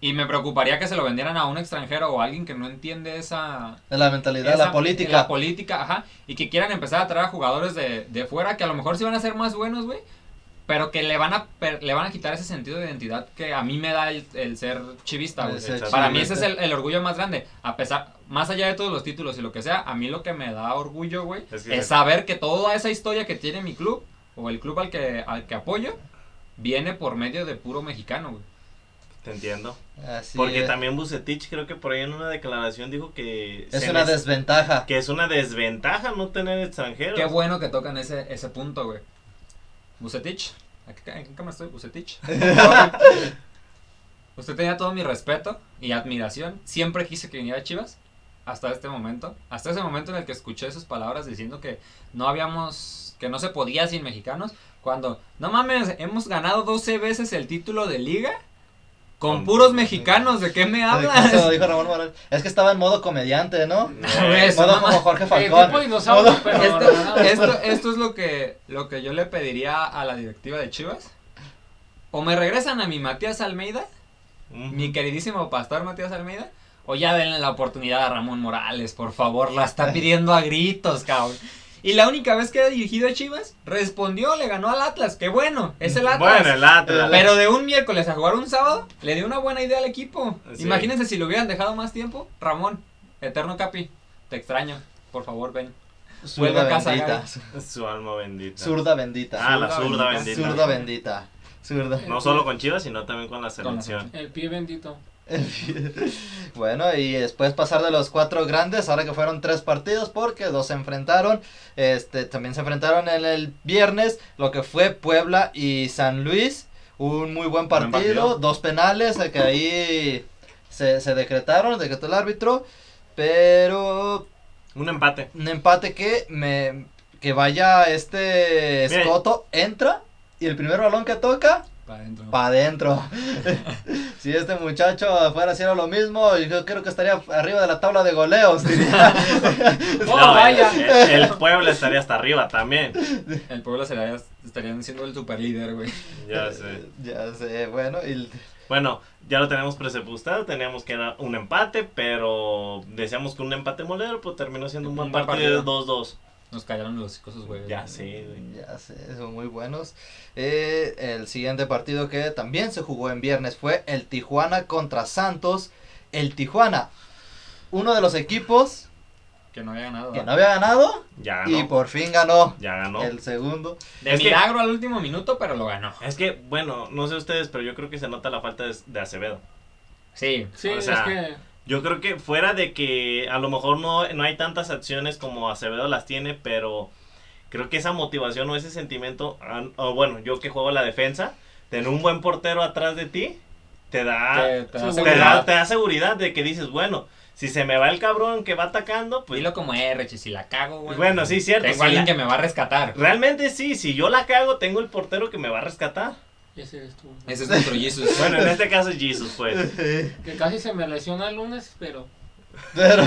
[SPEAKER 3] Y me preocuparía que se lo vendieran a un extranjero o a alguien que no entiende esa,
[SPEAKER 1] De la mentalidad,
[SPEAKER 3] esa-
[SPEAKER 1] la política.
[SPEAKER 3] La política, ajá. Y que quieran empezar a traer a jugadores de, de fuera que a lo mejor sí van a ser más buenos, güey. Pero que le van a per- le van a quitar ese sentido de identidad que a mí me da el, el ser chivista, güey.
[SPEAKER 1] Ese
[SPEAKER 4] Exactamente.
[SPEAKER 3] Para mí ese es el, el orgullo más grande. A pesar, más allá de todos los títulos y lo que sea, a mí lo que me da orgullo, güey,
[SPEAKER 4] Es
[SPEAKER 3] es,
[SPEAKER 4] que-
[SPEAKER 3] saber que toda esa historia que tiene mi club, o el club al que, al que apoyo, viene por medio de puro mexicano, güey.
[SPEAKER 4] Te entiendo.
[SPEAKER 1] Así
[SPEAKER 4] Porque
[SPEAKER 1] es.
[SPEAKER 4] también Bucetich creo que por ahí en una declaración dijo que...
[SPEAKER 1] Es
[SPEAKER 4] se
[SPEAKER 1] una
[SPEAKER 4] les-
[SPEAKER 1] desventaja.
[SPEAKER 4] Que es una desventaja no tener extranjeros.
[SPEAKER 3] Qué bueno que tocan ese, ese punto, güey. Bucetich. ¿a qué- ¿En qué cámara estoy? Bucetich. Usted tenía todo mi respeto y admiración. Siempre quise que viniera a Chivas. Hasta este momento. Hasta ese momento en el que escuché sus palabras diciendo que no habíamos. que no se podía sin mexicanos. Cuando, no mames, hemos ganado 12 veces el título de liga. Con
[SPEAKER 4] Con
[SPEAKER 3] puros
[SPEAKER 4] puros
[SPEAKER 3] mexicanos, ¿de qué me
[SPEAKER 1] Lo dijo- se lo
[SPEAKER 3] hablas?
[SPEAKER 1] dijo Ramón Morales. Es que estaba en modo comediante, ¿no?
[SPEAKER 4] Eh,
[SPEAKER 3] Eso,
[SPEAKER 1] modo
[SPEAKER 3] mamá.
[SPEAKER 1] como Jorge
[SPEAKER 2] Eh,
[SPEAKER 1] Falcón.
[SPEAKER 2] tipo dinosaurio,
[SPEAKER 1] Modo-
[SPEAKER 2] pero
[SPEAKER 3] esto,
[SPEAKER 2] no, no, no.
[SPEAKER 3] esto, esto es lo que, lo que yo le pediría a la directiva de Chivas. o me regresan a mi Matías Almeida,
[SPEAKER 4] Ujú.
[SPEAKER 3] mi queridísimo pastor Matías Almeida, o ya denle la oportunidad a Ramón Morales, por favor, la está pidiendo a gritos, cabrón. Y la única vez que ha dirigido a Chivas, respondió, le ganó al Atlas, que bueno, es el Atlas.
[SPEAKER 4] Bueno, el Atlas.
[SPEAKER 3] Pero de un miércoles a jugar un sábado, le dio una buena idea al equipo.
[SPEAKER 4] Sí.
[SPEAKER 3] Imagínense si lo hubieran dejado más tiempo. Ramón, Eterno Capi, te extraño. Por favor, ven. Vuelve a
[SPEAKER 1] Zurda
[SPEAKER 3] casa,
[SPEAKER 1] bendita.
[SPEAKER 4] Su alma bendita.
[SPEAKER 1] Zurda bendita.
[SPEAKER 4] Ah, la zurda
[SPEAKER 3] Zurda
[SPEAKER 4] bendita.
[SPEAKER 1] Zurda bendita. Zurda.
[SPEAKER 4] No solo con Chivas, sino también con la selección.
[SPEAKER 2] El pie bendito.
[SPEAKER 1] bueno, y después pasar de los cuatro grandes, ahora que fueron tres partidos, porque dos se enfrentaron. Este, también se enfrentaron en el viernes, lo que fue Puebla y San Luis. Un muy buen partido,
[SPEAKER 4] Buen partido.
[SPEAKER 1] dos penales eh, que ahí se, se decretaron, decretó el árbitro. Pero
[SPEAKER 4] Un empate.
[SPEAKER 1] un empate que me que vaya este
[SPEAKER 4] Mira.
[SPEAKER 1] Escoto, entra y el primer balón que toca
[SPEAKER 3] Para adentro.
[SPEAKER 1] Pa' adentro. si este muchacho fuera haciendo lo mismo, yo creo que estaría arriba de la tabla de goleos. diría.
[SPEAKER 2] Oh,
[SPEAKER 4] No,
[SPEAKER 2] vaya.
[SPEAKER 4] El, el- el pueblo estaría hasta arriba también.
[SPEAKER 3] El pueblo sería, estarían siendo el super líder, güey.
[SPEAKER 4] Ya sé.
[SPEAKER 1] ya sé, bueno, y
[SPEAKER 4] Bueno, ya lo tenemos presupuestado, teníamos que era un empate, pero deseamos que un empate molero, pues terminó siendo un buen
[SPEAKER 3] Un buen
[SPEAKER 4] partido de
[SPEAKER 3] partido.
[SPEAKER 4] 2-2.
[SPEAKER 3] Nos callaron los hijos, güey.
[SPEAKER 4] Ya sé, Ah, güey.
[SPEAKER 1] ya sé, son muy buenos. Eh, el siguiente partido que también se jugó en viernes fue el Tijuana contra Santos. El Tijuana, uno de los equipos
[SPEAKER 3] Que no había ganado.
[SPEAKER 1] que
[SPEAKER 3] ¿verdad?
[SPEAKER 1] no había ganado
[SPEAKER 4] Ya
[SPEAKER 1] y
[SPEAKER 4] ganó.
[SPEAKER 1] por fin ganó
[SPEAKER 4] Ya ganó.
[SPEAKER 1] el segundo.
[SPEAKER 3] De
[SPEAKER 4] Es que-
[SPEAKER 3] milagro al último minuto, pero lo ganó.
[SPEAKER 4] Es que, bueno, no sé ustedes, pero yo creo que se nota la falta de, de Acevedo.
[SPEAKER 3] Sí.
[SPEAKER 2] Sí,
[SPEAKER 4] O sea,
[SPEAKER 2] es que.
[SPEAKER 4] Yo creo que fuera de que a lo mejor no, no hay tantas acciones como Acevedo las tiene, pero creo que esa motivación o ese sentimiento, ah, o bueno, yo que juego la defensa, tener un buen portero atrás de ti te da,
[SPEAKER 3] te,
[SPEAKER 2] sí,
[SPEAKER 3] te da
[SPEAKER 4] te da,
[SPEAKER 3] seguridad.
[SPEAKER 4] Ah, te da seguridad de que dices, bueno, si se me va el cabrón que va atacando, pues
[SPEAKER 3] Dilo como R, si la cago, güey.
[SPEAKER 4] Bueno, sí, cierto,
[SPEAKER 3] Tengo
[SPEAKER 4] sí,
[SPEAKER 3] alguien
[SPEAKER 4] la-
[SPEAKER 3] que me va a rescatar.
[SPEAKER 4] realmente sí, si yo la cago, tengo el portero que me va a rescatar.
[SPEAKER 2] Ese eres tú.
[SPEAKER 3] Ese es nuestro Jesus.
[SPEAKER 4] Bueno, en este caso es Jesus, pues.
[SPEAKER 2] Que casi se me lesiona el lunes, pero.
[SPEAKER 1] Pero...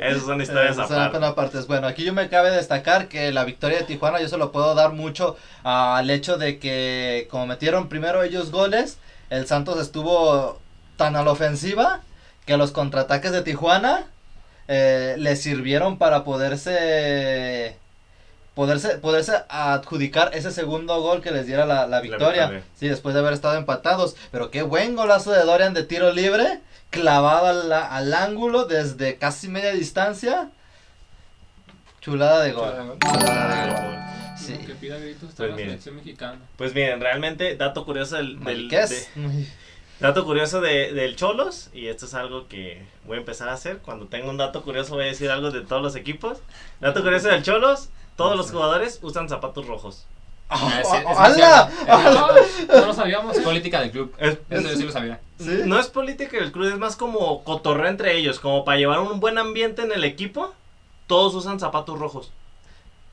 [SPEAKER 4] Esas son historias
[SPEAKER 1] Eh, son
[SPEAKER 4] aparte.
[SPEAKER 1] apenas partes. Bueno, aquí yo me cabe destacar que la victoria de Tijuana yo se lo puedo dar mucho al hecho de que como metieron primero ellos goles, el Santos estuvo tan a la ofensiva que los contraataques de Tijuana eh, le sirvieron para poderse poderse poderse adjudicar ese segundo gol que les diera la, la victoria.
[SPEAKER 4] victoria.
[SPEAKER 1] Sí, después de haber estado empatados, pero qué buen golazo de Dorian de tiro libre, clavado al, al ángulo desde casi media distancia. Chulada de gol. Chulada de gol. Sí.
[SPEAKER 2] Que pida gritos está
[SPEAKER 4] Pues
[SPEAKER 2] la
[SPEAKER 4] miren.
[SPEAKER 2] selección mexicana.
[SPEAKER 4] Pues bien, realmente, dato curioso del, del, de-
[SPEAKER 1] Mariqués.
[SPEAKER 4] Dato curioso de- del Cholos, y esto es algo que voy a empezar a hacer. Cuando tengo un dato curioso voy a decir algo de todos los equipos. Dato curioso del Cholos, todos los jugadores usan zapatos rojos.
[SPEAKER 1] Ah,
[SPEAKER 3] ese- ese
[SPEAKER 1] ah,
[SPEAKER 3] sí
[SPEAKER 1] ¡Hala!
[SPEAKER 3] habla.
[SPEAKER 1] ¡Hala!
[SPEAKER 2] No, no lo sabíamos.
[SPEAKER 3] Es política del club.
[SPEAKER 4] Es-
[SPEAKER 3] Eso yo sí lo sabía.
[SPEAKER 1] Sí.
[SPEAKER 4] No es política del club, es más como cotorreo entre ellos, como para llevar un buen ambiente en el equipo. Todos usan zapatos rojos.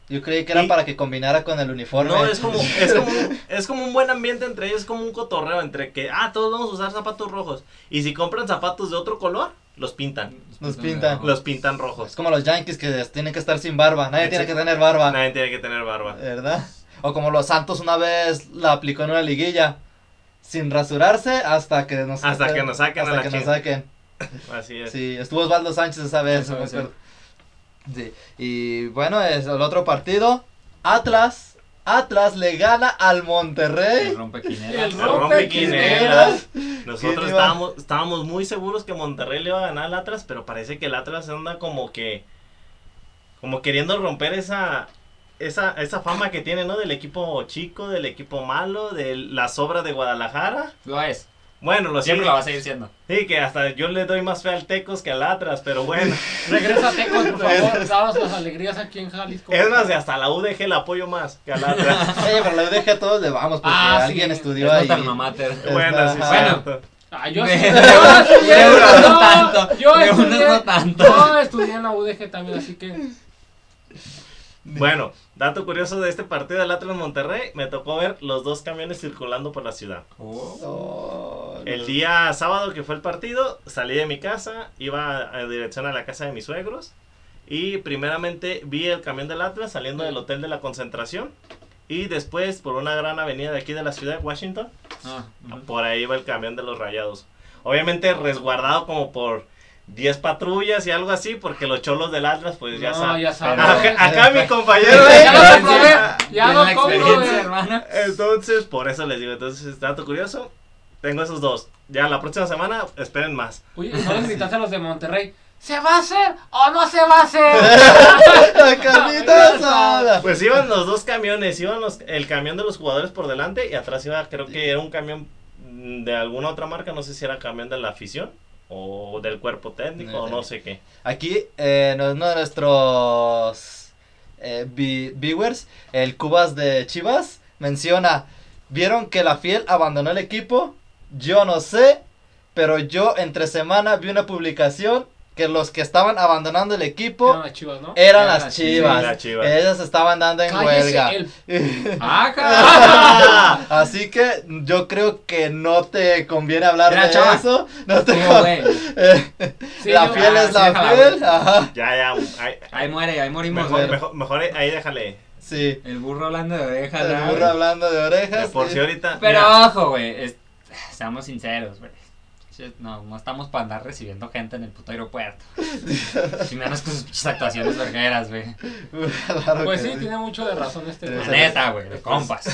[SPEAKER 1] Yo creí que era
[SPEAKER 4] Y-
[SPEAKER 1] para que combinara con el uniforme.
[SPEAKER 4] No, es como, es como, es como un buen ambiente entre ellos, es como un cotorreo entre que, ah, todos vamos a usar zapatos rojos. Y si compran zapatos de otro color, los pintan.
[SPEAKER 1] Nos pintan.
[SPEAKER 4] Los pintan rojos.
[SPEAKER 1] Es como los Yankees que des- tienen que estar sin barba. Nadie tiene que
[SPEAKER 4] Exacto.
[SPEAKER 1] tener barba.
[SPEAKER 4] Nadie tiene que tener barba.
[SPEAKER 1] ¿Verdad? O como los Santos una vez la aplicó en una liguilla. Sin rasurarse hasta que nos
[SPEAKER 4] Hasta que nos saquen a
[SPEAKER 1] hasta
[SPEAKER 4] la
[SPEAKER 1] que nos
[SPEAKER 4] chin.
[SPEAKER 1] saquen.
[SPEAKER 4] Así es.
[SPEAKER 1] Eh, Sí, estuvo Osvaldo Sánchez esa vez,
[SPEAKER 3] Esa
[SPEAKER 1] me
[SPEAKER 3] vez, sí.
[SPEAKER 1] acuerdo. Sí, Y bueno, es el otro partido. Atlas. Atlas le gana al
[SPEAKER 3] El Pues
[SPEAKER 1] Monterrey.
[SPEAKER 3] rompequinelas.
[SPEAKER 4] El
[SPEAKER 2] El rompe
[SPEAKER 4] rompequinelas. Nosotros
[SPEAKER 1] ¿Quién iba?
[SPEAKER 4] estábamos, estábamos muy seguros que Monterrey le iba a ganar al Atlas, pero parece que el Atlas anda como que. como queriendo romper esa. Esa, esa fama que tiene, ¿no? Del equipo chico, del equipo malo, de la sobra de Guadalajara.
[SPEAKER 3] Lo es.
[SPEAKER 4] Bueno, lo
[SPEAKER 3] Siempre
[SPEAKER 4] siempre
[SPEAKER 3] lo va a seguir siendo.
[SPEAKER 4] Sí, que hasta yo le doy más fe al Tecos que al Atlas, pero bueno.
[SPEAKER 2] Regresa Tecos, por favor. Danos las alegrías aquí en Jalisco.
[SPEAKER 4] es más, hasta la UDG le apoyo más que al Atlas.
[SPEAKER 1] Oye, pero la UDG a todos le vamos porque
[SPEAKER 2] Ah, sí.
[SPEAKER 1] alguien
[SPEAKER 3] Es
[SPEAKER 1] estudió ahí.
[SPEAKER 3] nuestra alma mater.
[SPEAKER 4] bueno, sí,
[SPEAKER 1] Ajá.
[SPEAKER 4] cierto.
[SPEAKER 2] Ah, yo
[SPEAKER 3] De-
[SPEAKER 2] sí. Yo
[SPEAKER 3] de-
[SPEAKER 2] estudié-
[SPEAKER 3] de unos
[SPEAKER 2] no,
[SPEAKER 3] no tanto,
[SPEAKER 2] Yo
[SPEAKER 3] de unos
[SPEAKER 2] estudié-
[SPEAKER 3] no tanto.
[SPEAKER 2] Yo estudié en la UDG también, así que.
[SPEAKER 4] Bueno, dato curioso de este partido del Atlas Monterrey, me tocó ver los dos camiones circulando por la ciudad.
[SPEAKER 3] Oh.
[SPEAKER 1] Oh,
[SPEAKER 4] El día sábado que fue el partido, salí de mi casa, iba en dirección a la casa de mis suegros y primeramente vi el camión del Atlas saliendo del hotel de la concentración y después por una gran avenida de aquí de la ciudad de Washington
[SPEAKER 3] Ah, ujú.
[SPEAKER 4] Por ahí va el camión de los rayados. Obviamente resguardado como por 10 patrullas y algo así, porque los cholos del Atlas, pues ya
[SPEAKER 2] No,
[SPEAKER 4] saben.
[SPEAKER 2] ya saben.
[SPEAKER 4] Acá, acá mi compañero.
[SPEAKER 1] Ya
[SPEAKER 4] eh,
[SPEAKER 2] lo
[SPEAKER 3] Experiencia.
[SPEAKER 2] probé, ya
[SPEAKER 3] En
[SPEAKER 2] lo
[SPEAKER 3] la
[SPEAKER 2] compro,
[SPEAKER 3] experiencia,
[SPEAKER 2] güey.
[SPEAKER 3] hermana.
[SPEAKER 4] Entonces, por eso les digo, entonces, dato curioso, tengo esos dos. Ya la próxima semana, esperen más.
[SPEAKER 2] Oye, no les gritaste a los de Monterrey. ¿Se va a hacer o no se va a hacer?
[SPEAKER 1] La carnita asada.
[SPEAKER 4] Pues iban los dos camiones, iban los, el camión de los jugadores por delante y atrás iba, creo que era un camión mm, de alguna otra marca, no sé si era camión de la afición o del cuerpo técnico o no sé qué.
[SPEAKER 1] Aquí, eh, no- uno de nuestros eh, vi- viewers, el Cubas de Chivas, menciona, vieron que la fiel abandonó el equipo, yo no sé, pero yo entre semana vi una publicación que los que estaban abandonando el equipo
[SPEAKER 2] No, chivas, ¿no?
[SPEAKER 1] eran
[SPEAKER 3] Eran
[SPEAKER 1] las
[SPEAKER 3] las
[SPEAKER 1] chivas.
[SPEAKER 4] chivas. Sí, las chivas.
[SPEAKER 1] Ellas estaban dando en
[SPEAKER 2] Cállese
[SPEAKER 1] huelga.
[SPEAKER 2] el- Ah,
[SPEAKER 3] Ajá.
[SPEAKER 4] Ah,
[SPEAKER 1] Así que yo creo que no te conviene hablar
[SPEAKER 3] Era
[SPEAKER 1] de
[SPEAKER 3] chava.
[SPEAKER 1] eso. No te
[SPEAKER 3] Como,
[SPEAKER 1] con-
[SPEAKER 3] güey,
[SPEAKER 1] Eh,
[SPEAKER 2] Sí,
[SPEAKER 1] la
[SPEAKER 2] yo-
[SPEAKER 1] fiel
[SPEAKER 3] ah,
[SPEAKER 1] es
[SPEAKER 3] sí,
[SPEAKER 1] la
[SPEAKER 3] déjala,
[SPEAKER 1] fiel. Ajá.
[SPEAKER 4] ya, ya. ahí-
[SPEAKER 3] Ahí muere, ahí morimos.
[SPEAKER 4] mejor,
[SPEAKER 3] güey.
[SPEAKER 4] mejor, mejor ahí, ahí déjale.
[SPEAKER 1] Sí.
[SPEAKER 3] El burro hablando de orejas.
[SPEAKER 1] El
[SPEAKER 3] ¿no?
[SPEAKER 1] burro hablando de
[SPEAKER 4] De
[SPEAKER 1] orejas.
[SPEAKER 4] por
[SPEAKER 1] sí.
[SPEAKER 4] si ahorita.
[SPEAKER 3] Pero
[SPEAKER 4] mira,
[SPEAKER 3] ojo, güey. es- Seamos sinceros, güey. Shit, No, no estamos para andar recibiendo gente en el puto aeropuerto. Y menos con sus pinches actuaciones vergueras, güey.
[SPEAKER 1] Claro
[SPEAKER 2] Pues
[SPEAKER 1] que
[SPEAKER 2] sí, tiene mucho de razón este
[SPEAKER 1] Sí,
[SPEAKER 3] La
[SPEAKER 1] o
[SPEAKER 2] güey.
[SPEAKER 1] sea,
[SPEAKER 3] neta, güey, de compas.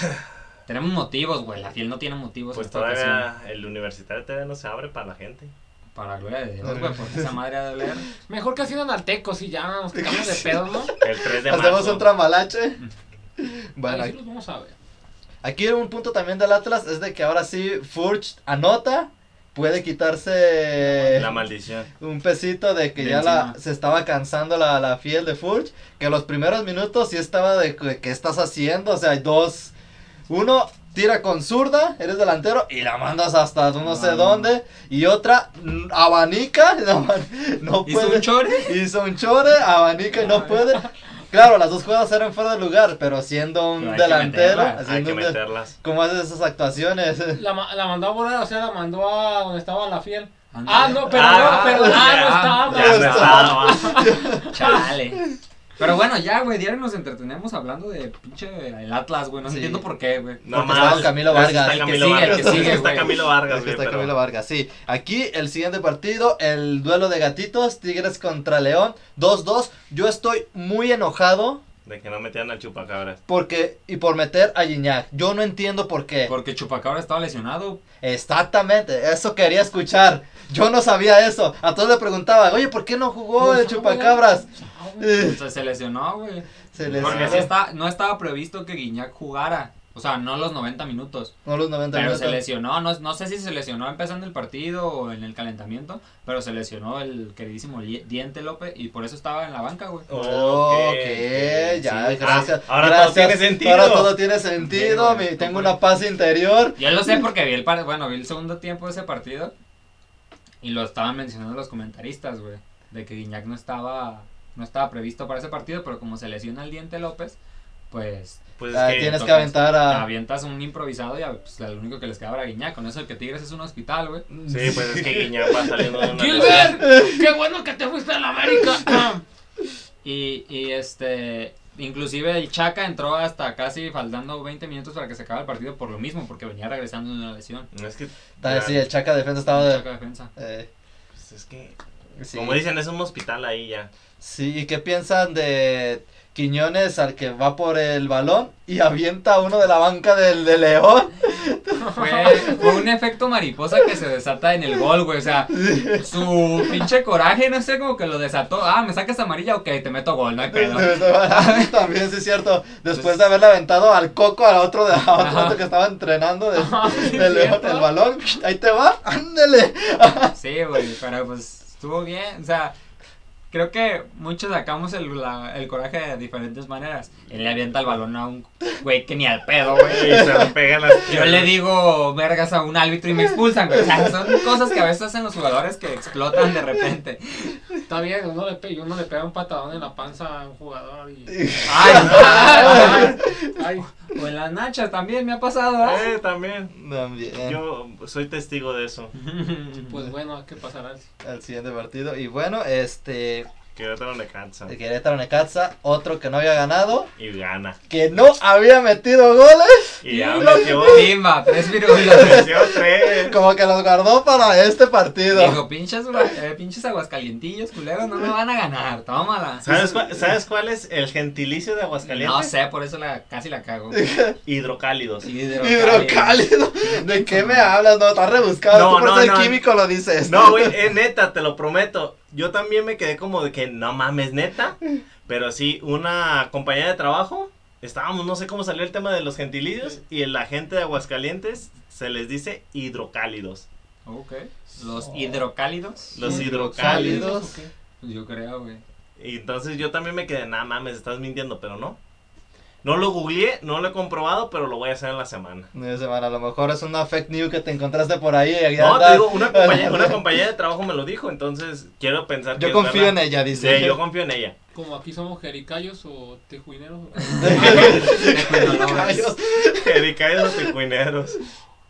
[SPEAKER 3] Tenemos motivos, güey. La fiel no tiene motivos.
[SPEAKER 4] pues
[SPEAKER 3] en esta ocasión.
[SPEAKER 4] todavía el universitario todavía no se abre para la gente.
[SPEAKER 3] Para gloria de Dios, güey, porque esa madre ha de oler.
[SPEAKER 2] Mejor que sido nartecos y ya nos quitamos de pedos, ¿no?
[SPEAKER 4] El 3 de marzo.
[SPEAKER 1] Hacemos un tramalache.
[SPEAKER 2] Bueno,
[SPEAKER 1] Bueno,
[SPEAKER 2] Ahí sí los vamos a ver.
[SPEAKER 1] Aquí un punto también del Atlas es de que ahora sí Furch anota, puede quitarse
[SPEAKER 4] La maldición.
[SPEAKER 1] un pesito de que
[SPEAKER 3] De
[SPEAKER 1] ya la,
[SPEAKER 3] encima.
[SPEAKER 1] se estaba cansando la, la fiel de Furch, que los primeros minutos sí estaba de que qué estás haciendo, o sea, hay dos, uno tira con zurda, eres delantero y la mandas hasta no sé
[SPEAKER 3] Ah.
[SPEAKER 1] dónde, y otra mm, abanica, no, no
[SPEAKER 3] ¿Hizo
[SPEAKER 1] puede.
[SPEAKER 3] un chore?
[SPEAKER 1] Hizo un chore, abanica y no puede. Claro, las dos jugadas eran fuera de lugar, pero siendo un
[SPEAKER 3] Pero hay que
[SPEAKER 1] delantero,
[SPEAKER 3] meterla,
[SPEAKER 1] haciendo
[SPEAKER 4] Hay que
[SPEAKER 1] un de-
[SPEAKER 4] meterlas.
[SPEAKER 1] ¿Cómo haces esas actuaciones?
[SPEAKER 2] La, ma- la mandó a volar, o sea, la mandó a donde estaba la fiel.
[SPEAKER 3] Ándale.
[SPEAKER 2] Ah, no, pero
[SPEAKER 4] Ah,
[SPEAKER 2] no, pero ah, no
[SPEAKER 4] Ya
[SPEAKER 1] Pero
[SPEAKER 2] estaba.
[SPEAKER 4] no
[SPEAKER 1] está-
[SPEAKER 4] estaba.
[SPEAKER 3] Chale. Pero bueno, ya, güey, diario nos entretenemos hablando de pinche el Atlas, güey. No
[SPEAKER 1] Sí.
[SPEAKER 3] entiendo por qué, güey.
[SPEAKER 4] No
[SPEAKER 1] Porque
[SPEAKER 4] más.
[SPEAKER 1] estaba Camilo
[SPEAKER 4] Ese
[SPEAKER 1] Vargas.
[SPEAKER 4] Está
[SPEAKER 1] El
[SPEAKER 3] que
[SPEAKER 4] Camilo
[SPEAKER 3] sigue, el
[SPEAKER 4] Vargas.
[SPEAKER 3] que sigue,
[SPEAKER 4] ese está
[SPEAKER 3] güey.
[SPEAKER 4] Camilo
[SPEAKER 1] Es
[SPEAKER 4] Vargas,
[SPEAKER 1] que
[SPEAKER 4] güey,
[SPEAKER 1] está
[SPEAKER 4] pero-
[SPEAKER 1] Camilo Vargas, sí. Aquí el siguiente partido, el duelo de gatitos, Tigres contra León, 2-2. Yo estoy muy enojado
[SPEAKER 4] De que no metían al chupacabras.
[SPEAKER 1] porque y por meter a Gignac. Yo no entiendo por qué.
[SPEAKER 3] Porque Chupacabra estaba lesionado.
[SPEAKER 1] Exactamente, eso quería escuchar. Yo no sabía eso. A todos le preguntaban, oye, ¿por qué no jugó
[SPEAKER 2] Pues,
[SPEAKER 1] el chupacabras?
[SPEAKER 2] ah, güey.
[SPEAKER 1] Eh,
[SPEAKER 3] pues, Se, se lesionó, güey.
[SPEAKER 1] Se les
[SPEAKER 3] Porque sí
[SPEAKER 4] lesionó.
[SPEAKER 3] está, no estaba previsto que Guiñac jugara. O sea, no los 90 minutos.
[SPEAKER 1] no los 90
[SPEAKER 3] Pero se
[SPEAKER 1] minutos.
[SPEAKER 3] lesionó. No, no sé si se lesionó empezando el partido o en el calentamiento. Pero se lesionó el queridísimo Li- Diente López. Y por eso estaba en la banca, güey.
[SPEAKER 1] Oh, Ok,
[SPEAKER 4] Ok,
[SPEAKER 1] ya,
[SPEAKER 4] sí.
[SPEAKER 1] gracias.
[SPEAKER 4] Ah, ahora
[SPEAKER 1] gracias.
[SPEAKER 4] todo tiene sentido.
[SPEAKER 1] Ahora todo tiene sentido.
[SPEAKER 3] Sí, güey,
[SPEAKER 1] mi- tengo
[SPEAKER 3] no, güey.
[SPEAKER 1] una paz interior.
[SPEAKER 3] Yo lo sé porque vi el par- bueno, vi el segundo tiempo de ese partido y lo estaban mencionando los comentaristas, güey, de que Guiñac no estaba no estaba previsto para ese partido, pero como se lesiona el diente López, pues
[SPEAKER 4] Pues
[SPEAKER 1] Ah,
[SPEAKER 4] es que Ah,
[SPEAKER 1] tienes que
[SPEAKER 3] entonces,
[SPEAKER 1] aventar
[SPEAKER 3] te
[SPEAKER 1] a.
[SPEAKER 3] avientas un improvisado y a- pues, lo único que les queda a Guiñac, con eso de que Tigres es un hospital, güey.
[SPEAKER 4] Sí, pues es que Guiñac va saliendo de una lesión.
[SPEAKER 2] Gilbert, qué bueno que te fuiste a la América. Ah,
[SPEAKER 3] Y, y este, inclusive el Chaca entró hasta casi faltando 20 minutos para que se acabe el partido por lo mismo, porque venía regresando de una lesión.
[SPEAKER 4] No, Es que,
[SPEAKER 1] Ah, sí, el Chaca defensa estaba
[SPEAKER 3] El
[SPEAKER 1] de.
[SPEAKER 3] Chaca defensa.
[SPEAKER 1] eh,
[SPEAKER 4] pues es que,
[SPEAKER 1] sí.
[SPEAKER 4] como dicen, es un hospital ahí ya.
[SPEAKER 1] Sí, ¿y qué piensan de Quiñones al que va por el balón y avienta a uno de la banca del de León?
[SPEAKER 3] Fue, fue un efecto mariposa que se desata en el gol, güey. O sea, su pinche coraje, no sé, como que lo desató. Ah, me sacas amarilla, ok, te meto gol, no hay pedo.
[SPEAKER 1] También sí es cierto.
[SPEAKER 4] Pues-
[SPEAKER 1] Después de haberle aventado al coco al otro de a otro
[SPEAKER 3] Ajá.
[SPEAKER 1] vato que estaba entrenando de,
[SPEAKER 2] Ah, sí,
[SPEAKER 1] de León
[SPEAKER 2] cierto.
[SPEAKER 1] el balón. Ahí te va, ándele.
[SPEAKER 3] Sí, güey, pero pues estuvo bien. O sea, creo que muchos sacamos el, la- el coraje de diferentes maneras. Él le avienta el balón a un güey que ni al pedo,
[SPEAKER 4] Y
[SPEAKER 3] güey.
[SPEAKER 4] se lo pegan las
[SPEAKER 3] Yo le digo vergas a un árbitro y me expulsan, güey. O sea, son cosas que a veces hacen los jugadores que explotan de repente.
[SPEAKER 2] Está bien, uno le, pe- uno le pega un patadón en la panza a un jugador y...
[SPEAKER 3] Ay, ay,
[SPEAKER 2] Ay,
[SPEAKER 3] ay. O en las nachas también me ha pasado, ¿eh?
[SPEAKER 4] Eh, también.
[SPEAKER 1] También.
[SPEAKER 4] Yo soy testigo de eso.
[SPEAKER 2] pues bueno, ¿qué pasará?
[SPEAKER 1] Al siguiente partido. Y bueno, este.
[SPEAKER 4] Querétaro Necaxa.
[SPEAKER 1] El Querétaro Necaxa, otro que no había ganado,
[SPEAKER 4] Y gana.
[SPEAKER 1] que no había metido goles,
[SPEAKER 4] Y ya metió.
[SPEAKER 3] Timba, tres virulas.
[SPEAKER 4] metió tres.
[SPEAKER 1] como que los guardó para este partido.
[SPEAKER 3] Dijo, pinches, gua- eh, pinches aguascalientillos, culeros, no me van a ganar, tómala.
[SPEAKER 4] ¿Sabes, cuál- sabes cuál es el gentilicio de
[SPEAKER 3] No
[SPEAKER 4] Aguascalientes?
[SPEAKER 3] sé, por eso la, casi la cago.
[SPEAKER 4] Hidrocálidos.
[SPEAKER 1] Hidrocálido. ¿De qué me hablas? No, está rebuscado.
[SPEAKER 4] No,
[SPEAKER 1] Tú por
[SPEAKER 4] no,
[SPEAKER 1] ser
[SPEAKER 4] no.
[SPEAKER 1] químico lo dices.
[SPEAKER 4] No, güey, es neta, te lo prometo. Yo también me quedé como de que no mames, neta. Pero sí, una compañera de trabajo, estábamos, no sé cómo salió el tema de los gentilicios, y la gente de Aguascalientes se les dice hidrocálidos.
[SPEAKER 3] Ok. Los hidrocálidos.
[SPEAKER 4] Los hidrocálidos.
[SPEAKER 1] Hidrocálidos.
[SPEAKER 2] ¿o qué?
[SPEAKER 4] Pues
[SPEAKER 3] Yo creo, güey.
[SPEAKER 4] Y entonces yo también me quedé, no mames, estás mintiendo, pero no. No lo googleé, no lo he comprobado, pero lo voy a hacer en la semana.
[SPEAKER 1] No, semana, a lo mejor es una fake news que te encontraste por ahí. y
[SPEAKER 4] No, te
[SPEAKER 1] andas-
[SPEAKER 4] digo, una compañera, una compañera de trabajo me lo dijo, entonces quiero pensar que
[SPEAKER 1] Yo confío en
[SPEAKER 4] ella.
[SPEAKER 1] ella, dice.
[SPEAKER 4] Sí, yo confío en ella.
[SPEAKER 2] Como aquí somos jericayos o tejuineros.
[SPEAKER 1] Callos.
[SPEAKER 4] Erika y los tecuineros.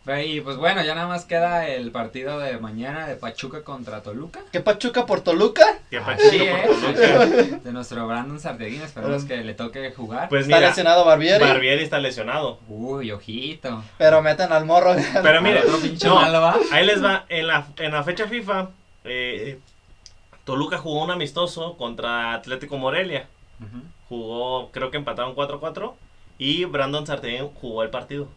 [SPEAKER 3] Ve, Y pues bueno, ya nada más queda el partido de mañana de Pachuca contra Toluca.
[SPEAKER 1] ¿Qué Pachuca por Toluca?
[SPEAKER 4] Que
[SPEAKER 3] Sí,
[SPEAKER 4] Pachuca
[SPEAKER 3] ¿eh?
[SPEAKER 4] por Toluca. Ah.
[SPEAKER 3] De nuestro Brandon Sardeguín, esperemos que le toque jugar.
[SPEAKER 4] Pues
[SPEAKER 1] Está
[SPEAKER 4] mira,
[SPEAKER 1] lesionado Barbieri,
[SPEAKER 4] Barbieri está lesionado.
[SPEAKER 3] Uy, ojito.
[SPEAKER 1] pero meten al morro.
[SPEAKER 4] Pero mire,
[SPEAKER 3] Otro pinche
[SPEAKER 4] no,
[SPEAKER 3] malo, ¿ah? ¿va?
[SPEAKER 4] ahí les va. En la, en la fecha FIFA, eh, Toluca jugó un amistoso contra Atlético Morelia.
[SPEAKER 3] Ujú.
[SPEAKER 4] Jugó, creo que empataron 4-4. Y Brandon Sartén jugó el partido.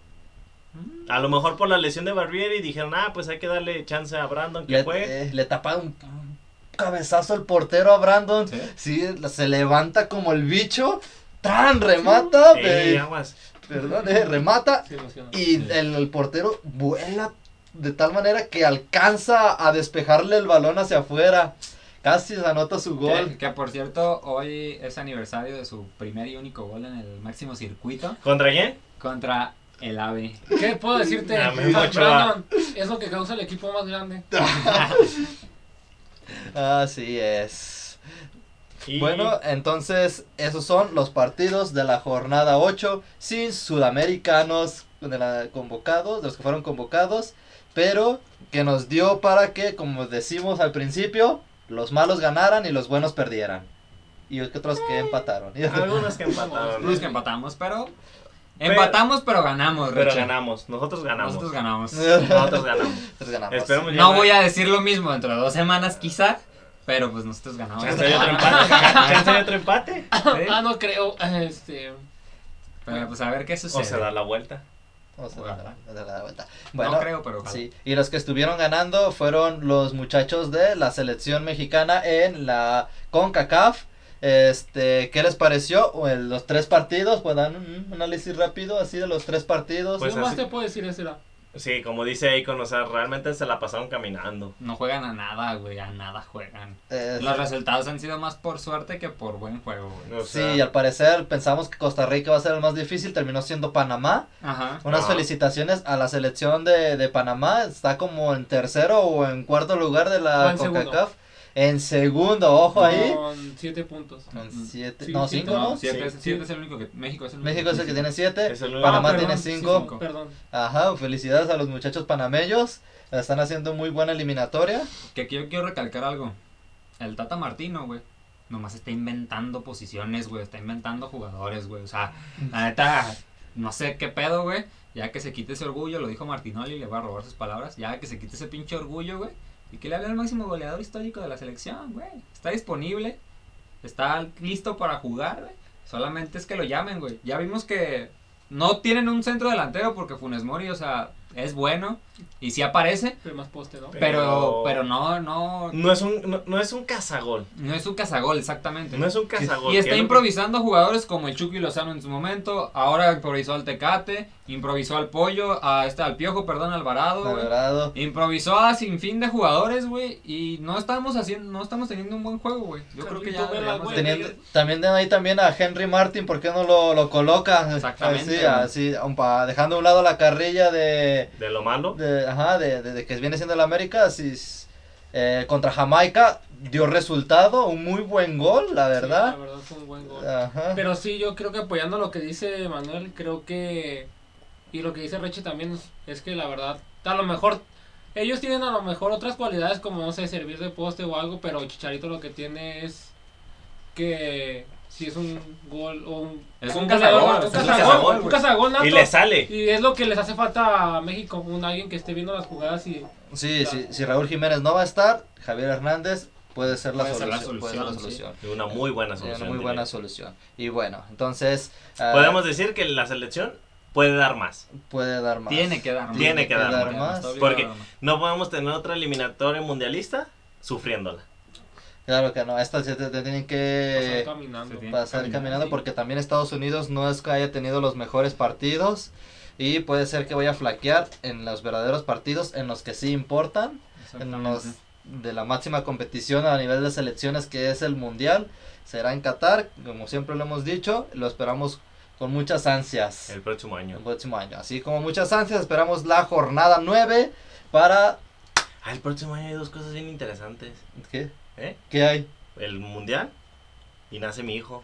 [SPEAKER 4] A lo mejor por la lesión de Barbieri dijeron, ah, pues hay que darle chance a Brandon que
[SPEAKER 1] le,
[SPEAKER 4] juegue.
[SPEAKER 1] eh, le taparon un cabezazo al portero a Brandon.
[SPEAKER 3] Sí.
[SPEAKER 1] Sí, se levanta como el bicho. Tan remata.
[SPEAKER 4] Ey,
[SPEAKER 1] pe-
[SPEAKER 4] aguas.
[SPEAKER 1] perdón, eh, remata.
[SPEAKER 2] Se emociona.
[SPEAKER 1] Y el, el portero vuela de tal manera que alcanza a despejarle el balón hacia afuera. Casi anota su
[SPEAKER 3] Que,
[SPEAKER 1] gol.
[SPEAKER 3] que, por cierto, hoy es aniversario de su primer y único gol en el máximo circuito
[SPEAKER 4] ¿Contra quién?
[SPEAKER 3] contra el AVE.
[SPEAKER 2] ¿Qué puedo decirte? Ah,
[SPEAKER 4] Ya me mochó,
[SPEAKER 2] Brandon, es lo que causa el equipo más grande.
[SPEAKER 1] Así es.
[SPEAKER 4] Y-
[SPEAKER 1] Bueno, entonces esos son los partidos de la jornada 8 sin sudamericanos de la- convocados, de los que fueron convocados, pero que nos dio para que, como decimos al principio, los malos ganaran y los buenos perdieran. Y otros que empataron.
[SPEAKER 4] Algunos que empataron.
[SPEAKER 3] Los que empatamos, pero.
[SPEAKER 4] Pero-
[SPEAKER 3] empatamos, pero ganamos,
[SPEAKER 4] Pero
[SPEAKER 3] Richard.
[SPEAKER 4] ganamos, Eh, nosotros ganamos.
[SPEAKER 3] Nosotros ganamos.
[SPEAKER 4] Nosotros ganamos.
[SPEAKER 1] Nosotros ganamos.
[SPEAKER 4] Esperemos
[SPEAKER 3] No voy a decir lo mismo dentro de dos semanas, quizá, pero pues nosotros ganamos.
[SPEAKER 4] Chance hay otro empate. Chance hay otro empate.
[SPEAKER 2] Ah, no creo. Este.
[SPEAKER 3] Pero pues a ver qué sucede.
[SPEAKER 4] O se da la vuelta.
[SPEAKER 1] Vamos a dar-
[SPEAKER 3] Ojalá.
[SPEAKER 1] vamos a dar la vuelta.
[SPEAKER 3] No
[SPEAKER 1] Bueno,
[SPEAKER 3] creo, pero ojalá.
[SPEAKER 1] sí. Y los que estuvieron ganando fueron los muchachos de la selección mexicana en la CONCACAF. Este, ¿qué les pareció O en los tres partidos? Pues dan un un análisis rápido así de los tres partidos.
[SPEAKER 4] Pues
[SPEAKER 2] ¿Qué más
[SPEAKER 4] así-
[SPEAKER 2] te puedo decir, Ezra?
[SPEAKER 4] Sí, como dice Aikon, o sea, realmente se la pasaron caminando.
[SPEAKER 3] No juegan a nada, güey, a nada juegan.
[SPEAKER 1] Eh,
[SPEAKER 3] Los resultados han sido más por suerte que por buen juego, güey.
[SPEAKER 4] O
[SPEAKER 1] sí,
[SPEAKER 4] sea,
[SPEAKER 1] y al parecer pensamos que Costa Rica va a ser el más difícil, terminó siendo Panamá.
[SPEAKER 3] Ajá.
[SPEAKER 1] Unas
[SPEAKER 4] Ah.
[SPEAKER 1] felicitaciones a la selección de, de Panamá. Está como en tercero o en cuarto lugar de
[SPEAKER 2] O
[SPEAKER 1] la
[SPEAKER 2] en segundo.
[SPEAKER 1] CONCACAF. En segundo, ojo ahí.
[SPEAKER 2] Con siete puntos.
[SPEAKER 1] Con
[SPEAKER 3] Mm.
[SPEAKER 1] siete,
[SPEAKER 2] Sí,
[SPEAKER 1] no,
[SPEAKER 2] sí,
[SPEAKER 1] cinco,
[SPEAKER 2] no,
[SPEAKER 1] ¿no?
[SPEAKER 2] sí.
[SPEAKER 3] Siete, es- siete es el único que. México es el único.
[SPEAKER 1] México es el que tiene siete.
[SPEAKER 4] Es el único.
[SPEAKER 1] Panamá
[SPEAKER 2] Ah, perdón,
[SPEAKER 1] tiene
[SPEAKER 2] sí,
[SPEAKER 1] cinco.
[SPEAKER 2] sí, perdón.
[SPEAKER 1] Ajá, felicidades a los muchachos panameños. La Están haciendo muy buena eliminatoria.
[SPEAKER 3] Que aquí yo quiero recalcar algo. El Tata Martino, güey. Nomás está inventando posiciones, güey. Está inventando jugadores, güey. O sea, la neta, no sé qué pedo, güey. Ya que se quite ese orgullo, lo dijo Martinoli, le voy a robar sus palabras. Ya que se quite ese pinche orgullo, güey. Y que le hable al máximo goleador histórico de la selección, güey. Está disponible. Está listo para jugar, güey. Solamente es que lo llamen, güey. Ya vimos que no tienen un centro delantero porque Funes Mori, o sea, es bueno. Y si aparece,
[SPEAKER 2] Pero más poste, ¿no?
[SPEAKER 3] pero,
[SPEAKER 4] Pero-
[SPEAKER 3] pero no, no,
[SPEAKER 4] No es un, no, no es un cazagol.
[SPEAKER 3] no es un cazagol exactamente.
[SPEAKER 4] No es un cazagol.
[SPEAKER 3] y está
[SPEAKER 4] que es lo que-
[SPEAKER 3] improvisando jugadores como el Chucky Lozano en su momento, ahora improvisó al Tecate, improvisó al Pollo, a este, al Piojo, perdón, Alvarado, güey.
[SPEAKER 1] Colorado.
[SPEAKER 3] Improvisó a sinfín de jugadores, güey, y no estamos haciendo, no estamos teniendo un buen juego, güey. Yo creo que ya
[SPEAKER 2] Carlito Vela,
[SPEAKER 3] deberíamos
[SPEAKER 2] güey.
[SPEAKER 3] de-
[SPEAKER 1] Teniendo, también de ahí también a Henry Martin, ¿por qué no lo, lo coloca?
[SPEAKER 3] Exactamente,
[SPEAKER 1] Así,
[SPEAKER 3] güey.
[SPEAKER 1] así, aun pa- dejando a un lado la carrilla de,
[SPEAKER 4] De lo malo.
[SPEAKER 1] de, ajá, de, de- de que viene siendo el América. Así, es, eh, contra Jamaica dio resultado, un muy buen gol, la
[SPEAKER 2] Sí,
[SPEAKER 1] verdad.
[SPEAKER 2] la verdad fue un buen gol.
[SPEAKER 1] Ajá.
[SPEAKER 2] Pero sí, yo creo que apoyando lo que dice Manuel, creo que. Y lo que dice Reche también es, es que la verdad, a lo mejor. Ellos tienen a lo mejor otras cualidades como, no sé, servir de poste o algo, pero Chicharito lo que tiene es que si es un gol o un.
[SPEAKER 3] Es
[SPEAKER 2] o
[SPEAKER 3] un cazagol,
[SPEAKER 2] goleador,
[SPEAKER 3] es
[SPEAKER 2] un
[SPEAKER 3] un
[SPEAKER 2] cazagol,
[SPEAKER 3] cazagol,
[SPEAKER 2] un
[SPEAKER 3] güey.
[SPEAKER 2] cazagol nato.
[SPEAKER 4] Y le sale.
[SPEAKER 2] Y es lo que les hace falta a México, un alguien que esté viendo las jugadas y
[SPEAKER 1] Eh, Sí, si, si Raúl Jiménez no va a estar, Javier Hernández puede ser la,
[SPEAKER 5] Puede ser
[SPEAKER 1] solución,
[SPEAKER 5] la
[SPEAKER 1] Puede ser la
[SPEAKER 5] solución, sí.
[SPEAKER 1] solución.
[SPEAKER 4] Y Una muy buena
[SPEAKER 1] Sí, una
[SPEAKER 4] solución.
[SPEAKER 1] muy
[SPEAKER 4] diré.
[SPEAKER 1] buena solución. Y bueno, entonces ah,
[SPEAKER 4] Podemos decir que la selección puede dar más.
[SPEAKER 1] puede dar más.
[SPEAKER 5] Tiene que dar más.
[SPEAKER 4] Tiene que dar
[SPEAKER 1] dar
[SPEAKER 4] más.
[SPEAKER 1] más.
[SPEAKER 5] Está bien,
[SPEAKER 4] Porque-
[SPEAKER 5] nada más.
[SPEAKER 4] No podemos tener otra eliminatoria mundialista sufriéndola.
[SPEAKER 1] Claro que no, estas se te, te tienen que
[SPEAKER 2] pasar pues, caminando.
[SPEAKER 3] se tiene-
[SPEAKER 1] pasar
[SPEAKER 3] Caminar,
[SPEAKER 1] caminando
[SPEAKER 3] sí.
[SPEAKER 1] porque también Estados Unidos no es que haya tenido los mejores partidos y puede ser que vaya a flaquear en los verdaderos partidos en los que sí importan, en los
[SPEAKER 3] Exactamente.
[SPEAKER 1] de la máxima competición a nivel de selecciones que es el mundial, será en Qatar, como siempre lo hemos dicho, lo esperamos con muchas ansias
[SPEAKER 4] El próximo año.
[SPEAKER 1] el próximo año, así como muchas ansias esperamos la jornada 9 para
[SPEAKER 4] Ah, el próximo año hay dos cosas bien interesantes.
[SPEAKER 1] ¿qué?
[SPEAKER 4] ¿Eh?
[SPEAKER 1] ¿Qué hay?
[SPEAKER 4] El mundial y nace mi hijo.